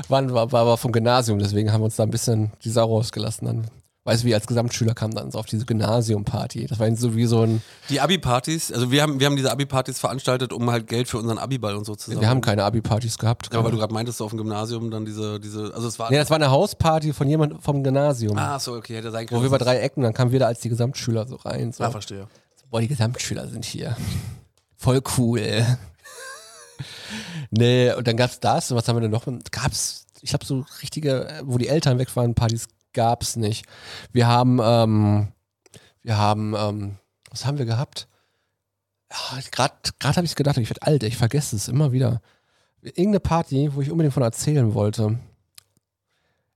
S2: waren, war, war aber vom Gymnasium, deswegen haben wir uns da ein bisschen die Sau rausgelassen. Dann, weißt du, wie als Gesamtschüler kam dann so auf diese Gymnasium-Party. Das war so wie so ein,
S1: Die Abi-Partys, also wir haben, wir haben diese Abi-Partys veranstaltet, um halt Geld für unseren Abi-Ball und so zu sammeln.
S2: wir haben keine Abi-Partys gehabt.
S1: Genau. ja, weil du gerade meintest, so auf dem Gymnasium dann diese, diese, also es war.
S2: nee, das war eine Hausparty von jemandem vom Gymnasium.
S1: ah, so, okay, hätte sein können.
S2: Wo wir bei
S1: dass
S2: drei Ecken, dann kamen wir da als die Gesamtschüler so rein. So.
S1: es- Ah, verstehe.
S2: Boah, die Gesamtschüler sind hier. Voll cool. nee, und dann gab's das. Und was haben wir denn noch? Gab's ich habe so richtige, äh, wo die Eltern weg waren, Partys gab's nicht. Wir haben, ähm, wir haben, ähm, was haben wir gehabt? Ah, Ja, Gerade habe ich gedacht, ich werde alt, ey, ich vergesse es immer wieder. Irgendeine Party, wo ich unbedingt von erzählen wollte.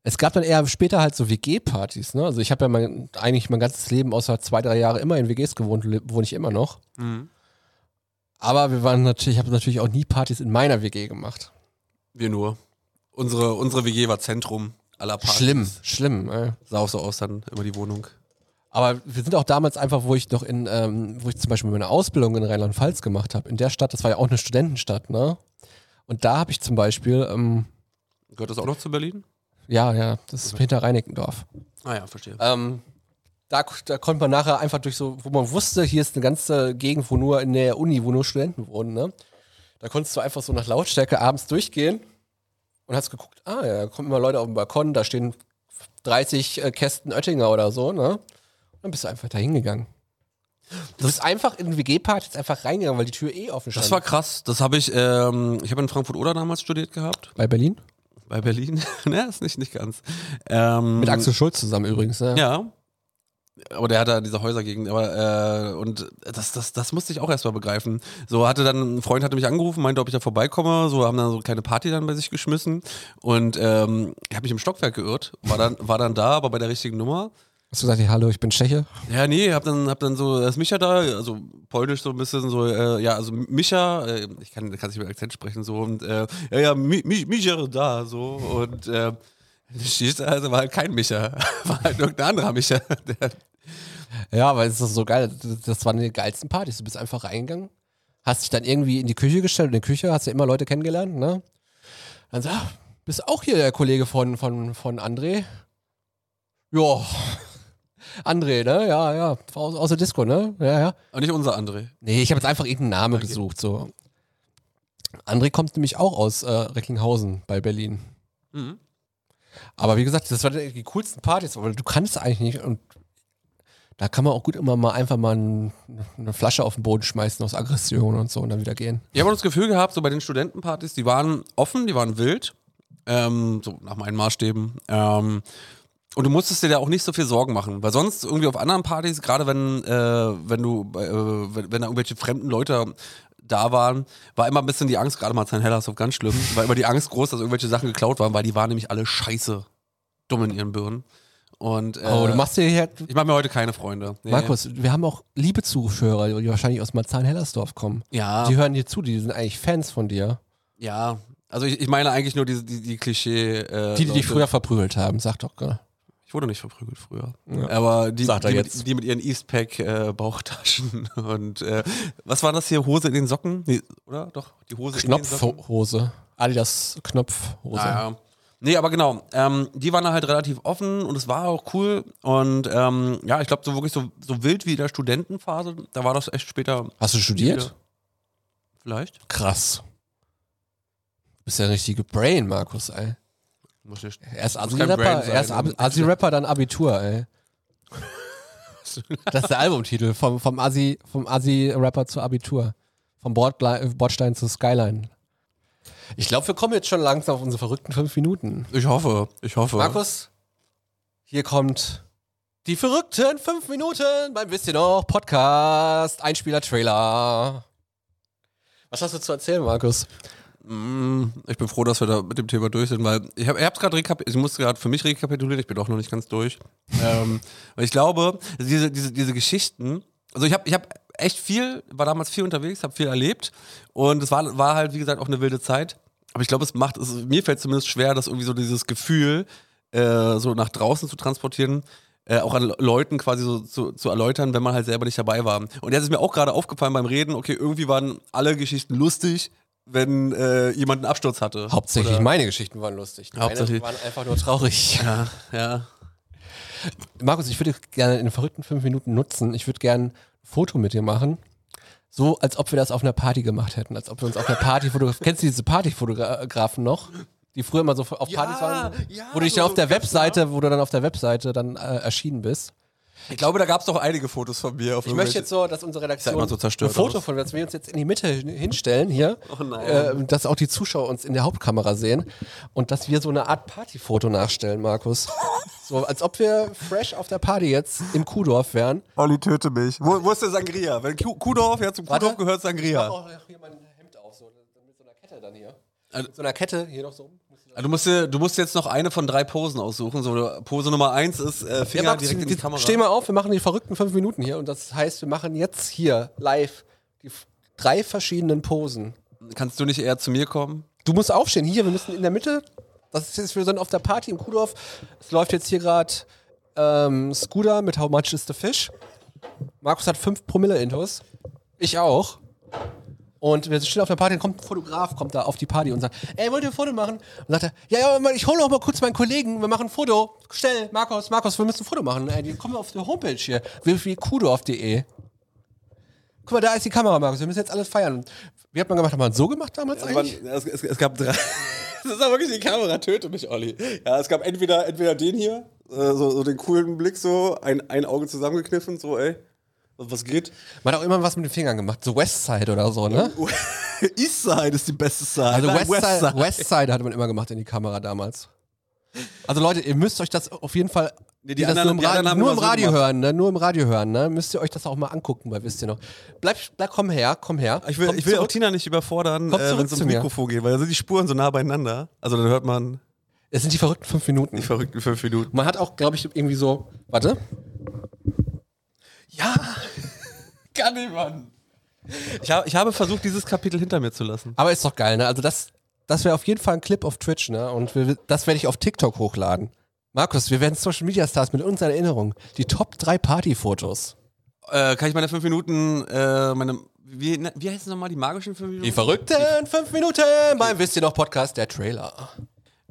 S2: Es gab dann eher später halt so WG-Partys, ne? Also ich habe ja mein, eigentlich mein ganzes Leben außer zwei, drei Jahre immer in WGs gewohnt, le- wohne ich immer noch.
S1: Mhm.
S2: Aber wir waren natürlich, ich habe natürlich auch nie Partys in meiner WG gemacht.
S1: Wir nur. Unsere, unsere WG war Zentrum aller Partys.
S2: Schlimm, schlimm. Ey.
S1: Sah auch so aus dann, immer die Wohnung.
S2: Aber wir sind auch damals einfach, wo ich noch in, ähm, wo ich zum Beispiel meine Ausbildung in Rheinland-Pfalz gemacht habe, in der Stadt, das war ja auch eine Studentenstadt, ne? Und da habe ich zum Beispiel, ähm,
S1: Gehört das auch noch zu Berlin?
S2: ja, ja, das ist hinter Reinickendorf.
S1: Ah ja, verstehe.
S2: Ähm, da, da konnte man nachher einfach durch so, wo man wusste, hier ist eine ganze Gegend, wo nur in der Uni, wo nur Studenten wohnen, ne? Da konntest du einfach so nach Lautstärke abends durchgehen und hast geguckt, ah ja, da kommen immer Leute auf den Balkon, da stehen 30 äh, Kästen Oettinger oder so, ne? Und dann bist du einfach da hingegangen. Du bist einfach in den WG-Part jetzt einfach reingegangen, weil die Tür eh offen stand.
S1: Das war krass. Das habe ich, ähm, ich habe in Frankfurt-Oder damals studiert gehabt.
S2: bei Berlin?
S1: Bei Berlin. [LAUGHS] ne, ist nicht, nicht ganz. Ähm,
S2: Mit Axel Schulz zusammen übrigens, ne?
S1: Ja. Aber der hatte diese Häusergegend, aber äh, und das, das, das musste ich auch erstmal begreifen. So hatte dann, ein Freund hatte mich angerufen, meinte, ob ich da vorbeikomme, so haben dann so keine Party dann bei sich geschmissen. Und ähm, ich habe mich im Stockwerk geirrt, war dann, war dann da, aber bei der richtigen Nummer.
S2: Hast du gesagt, hey, hallo, ich bin Tscheche?
S1: Ja, nee, hab dann, hab dann so, da ist Micha da, also polnisch so ein bisschen so, äh, ja, also Micha, äh, ich kann, kann nicht mit Akzent sprechen, so und, äh, ja, ja, Mi, Mi, Micha da, so und, äh, stehst [LAUGHS] da, also war halt kein Micha, [LAUGHS] war halt irgendein anderer Micha. [LAUGHS] Der,
S2: Ja, aber es ist so geil. Das waren die geilsten Partys. Du bist einfach reingegangen, hast dich dann irgendwie in die Küche gestellt. In der Küche hast du ja immer Leute kennengelernt, ne? Dann sagst du, bist auch hier der Kollege von, von, von André? Ja. [LAUGHS] André, ne? Ja, ja. Aus, aus der Disco, ne? Ja, ja.
S1: und nicht unser André.
S2: Nee, ich habe jetzt einfach irgendeinen Namen gesucht, so. André kommt nämlich auch aus äh, Recklinghausen bei Berlin.
S1: Mhm.
S2: Aber wie gesagt, das waren die coolsten Partys, weil du kannst eigentlich nicht und da kann man auch gut immer mal einfach mal ein, eine Flasche auf den Boden schmeißen aus Aggression und so und dann wieder gehen.
S1: Ich habe auch das Gefühl gehabt, so bei den Studentenpartys, die waren offen, die waren wild, ähm, so nach meinen Maßstäben. Ähm, und du musstest dir da auch nicht so viel Sorgen machen, weil sonst irgendwie auf anderen Partys, gerade wenn, äh, wenn du, äh, wenn, wenn da irgendwelche fremden Leute da waren, war immer ein bisschen die Angst, gerade mal San Hellershof ganz schlimm, war immer die Angst groß, dass irgendwelche Sachen geklaut waren, weil die waren nämlich alle scheiße dumm in ihren Birnen. Und äh,
S2: Oh, du machst dir hier,
S1: ich mache mir heute keine Freunde. Nee.
S2: Markus, wir haben auch liebe Zuhörer, die wahrscheinlich aus Marzahn-Hellersdorf kommen.
S1: ja.
S2: Die hören dir zu, die sind eigentlich Fans von dir.
S1: Ja, also ich, ich meine eigentlich nur die, die, die Klischee. Äh,
S2: Die, die dich
S1: Leute.
S2: früher verprügelt haben, sag doch, gell?
S1: Ich wurde nicht verprügelt früher. Aber die,
S2: Sagt er
S1: die,
S2: jetzt.
S1: Mit, die mit ihren Eastpack-Bauchtaschen [LAUGHS] und äh, was war das hier? Hose in den Socken? Nee, oder? Doch, die Hose in den Socken.
S2: Knopfhose. Adidas Knopfhose.
S1: Ah, ja. Nee, aber genau. Ähm, die waren da halt relativ offen und es war auch cool. Und ähm, ja, ich glaube, so wirklich so, so wild wie in der Studentenphase, da war das echt später
S2: Hast du studiert?
S1: Wieder. vielleicht.
S2: Krass. Du bist ja ein richtiger Brain, Markus, ey.
S1: Muss nicht.
S2: Erst
S1: Muss kein Brain
S2: Asi-Rapper,
S1: sein.
S2: erst Ab- Asi-Rapper, dann Abitur, [LAUGHS] ey. Das ist der Albumtitel. Vom, vom Asi- vom Asi-Rapper zu Abitur. Vom Bordlei- Bordstein zu Skyline. Ich glaube, wir kommen jetzt schon langsam auf unsere verrückten fünf Minuten.
S1: Ich hoffe, ich hoffe.
S2: Markus, hier kommt die verrückten fünf Minuten beim Wisst ihr noch Podcast, Einspieler-Trailer. Was hast du zu erzählen, Markus?
S1: Mm, Ich bin froh, dass wir da mit dem Thema durch sind, weil ich habe es gerade rekapituliert, ich musste gerade für mich rekapitulieren, ich bin auch noch nicht ganz durch. ähm, weil ich glaube, diese, diese, diese Geschichten, also ich habe ich hab echt viel, war damals viel unterwegs, habe viel erlebt und es war, war halt, wie gesagt, auch eine wilde Zeit. Aber ich glaube, es macht, es, mir fällt zumindest schwer, dass irgendwie so dieses Gefühl äh, so nach draußen zu transportieren, äh, auch an Le- Leuten quasi so zu, zu erläutern, wenn man halt selber nicht dabei war. Und jetzt ist mir auch gerade aufgefallen beim Reden, okay, irgendwie waren alle Geschichten lustig, wenn äh, jemand einen Absturz hatte.
S2: Hauptsächlich meine Geschichten waren lustig. Meine
S1: Hauptsächlich.
S2: waren einfach nur traurig.
S1: Ja, ja.
S2: [LAUGHS] Markus, ich würde gerne in den verrückten fünf Minuten nutzen. Ich würde gerne ein Foto mit dir machen. So, als ob wir das auf einer Party gemacht hätten. Als ob wir uns auf einer Party [LAUGHS] fotografieren. Kennst du diese Partyfotografen noch? Die früher immer so auf Partys waren?
S1: ja,
S2: wo du dich
S1: so
S2: dann auf der
S1: ganz
S2: Webseite, wo du dann auf der Webseite dann äh, erschienen bist.
S1: Ich glaube, da gab es doch einige Fotos von mir. Auf
S2: Ich möchte jetzt so, dass unsere
S1: Sah
S2: Redaktion
S1: immer so zerstört
S2: ein Foto
S1: aus.
S2: von dass wir uns jetzt in die Mitte hin- hinstellen hier,
S1: Oh nein.
S2: ähm, dass auch die Zuschauer uns in der Hauptkamera sehen und dass wir so eine Art Partyfoto
S1: [LAUGHS]
S2: nachstellen, Markus. so, als ob wir fresh auf der Party jetzt im Kuhdorf wären.
S1: Olli, töte mich. Wo, wo ist der Sangria? Wenn Ku- Kudorf, ja, zum
S2: Warte.
S1: Kudorf gehört Sangria.
S2: auch hier mein Hemd auf, so mit so einer Kette dann hier.
S1: Also-
S2: mit so einer Kette hier noch so.
S1: Du musst, dir- du musst jetzt noch eine von drei Posen aussuchen. So, Pose Nummer eins ist äh, Finger direkt in die Kamera.
S2: Steh mal auf, wir machen die verrückten fünf Minuten hier und das heißt, wir machen jetzt hier live die f- drei verschiedenen Posen.
S1: Kannst du nicht eher zu mir kommen?
S2: Du musst aufstehen. Hier, wir müssen in der Mitte. Das ist jetzt, wir sind auf der Party im Kuhdorf. Es läuft jetzt hier gerade ähm, Scooter mit How Much is the Fish. Markus hat 5 Promille Intus. Ich auch. Und wir stehen auf der Party, dann kommt ein Fotograf, kommt da auf die Party und sagt, ey, wollt ihr ein Foto machen? Und sagt er, ja, ja, Mann, ich hole auch mal kurz meinen Kollegen, wir machen ein Foto. Schnell, Markus, Markus, wir müssen ein Foto machen. Ey, die kommen auf die Homepage hier, www.kudorf.de. Guck mal, da ist die Kamera, Markus, wir müssen jetzt alles feiern. Wie hat man gemacht? Haben wir so gemacht damals
S1: Also
S2: eigentlich?
S1: man, es, es, es gab drei. [LAUGHS] Das ist aber wirklich die Kamera, töte mich, Olli. Ja, es gab entweder, entweder den hier, äh, so, so den coolen Blick, so, ein, ein Auge zusammengekniffen, so, ey, was was geht? [LAUGHS]
S2: Man hat auch immer was mit den Fingern gemacht, so Westside oder so,
S1: Uh,
S2: ne?
S1: Eastside ist die beste Side.
S2: Also
S1: Nein,
S2: Westside, Westside hat man immer gemacht in die Kamera damals. Also Leute, ihr müsst euch das auf jeden Fall
S1: Nee, die
S2: die das
S1: anderen- die
S2: nur im,
S1: anderen
S2: Radio,
S1: haben
S2: nur
S1: immer
S2: im
S1: so
S2: Radio
S1: gemacht.
S2: hören, ne? Nur im Radio hören, ne? Müsst ihr euch das auch mal angucken, weil wisst ihr noch. Bleib, bleib komm her, komm her.
S1: Ich will,
S2: komm
S1: ich will auch
S2: zurück.
S1: Tina nicht überfordern,
S2: Komm
S1: äh,
S2: zurück
S1: wenn es ums
S2: zu mir.
S1: Mikrofon geht, weil da sind die Spuren so nah beieinander. Also dann hört man
S2: Es sind die verrückten fünf Minuten.
S1: die verrückten fünf Minuten.
S2: Man hat auch, glaube ich, irgendwie so. Warte.
S1: Ja! [LAUGHS] Kann ich, Mann! Ich, hab, ich habe versucht, dieses Kapitel hinter mir zu lassen.
S2: Aber ist doch geil, ne? Also das, das wäre auf jeden Fall ein Clip auf Twitch, ne? Und wir, das werde ich auf TikTok hochladen. Markus, wir werden Social Media Stars mit unseren Erinnerungen. Die Top 3 Partyfotos.
S1: Äh, kann ich meine fünf Minuten, äh, meine, wie, ne- wie heißt es nochmal, die magischen fünf Minuten?
S2: Die verrückten 5 Minuten beim Wisst ihr noch Podcast, der Trailer.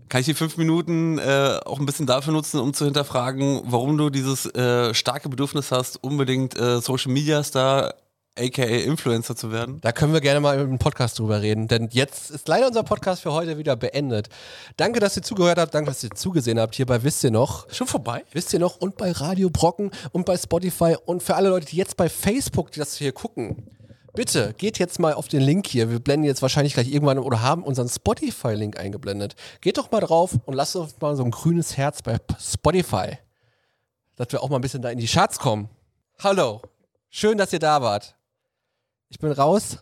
S1: Kann ich die fünf Minuten äh, auch ein bisschen dafür nutzen, um zu hinterfragen, warum du dieses äh, starke Bedürfnis hast, unbedingt äh, Social Media Star, aka Influencer zu werden?
S2: Da können wir gerne mal im Podcast drüber reden, denn jetzt ist leider unser Podcast für heute wieder beendet. Danke, dass ihr zugehört habt, danke, dass ihr zugesehen habt hier bei Wisst ihr noch.
S1: Schon vorbei?
S2: Wisst ihr noch? Und bei Radio Brocken und bei Spotify und für alle Leute, die jetzt bei Facebook das hier gucken. Bitte geht jetzt mal auf den Link hier. Wir blenden jetzt wahrscheinlich gleich irgendwann oder haben unseren Spotify-Link eingeblendet. Geht doch mal drauf und lasst uns mal so ein grünes Herz bei P- Spotify. Dass wir auch mal ein bisschen da in die Charts kommen. Hallo. Schön, dass ihr da wart. Ich bin raus.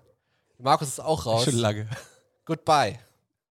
S2: Markus ist auch raus.
S1: lange.
S2: Goodbye.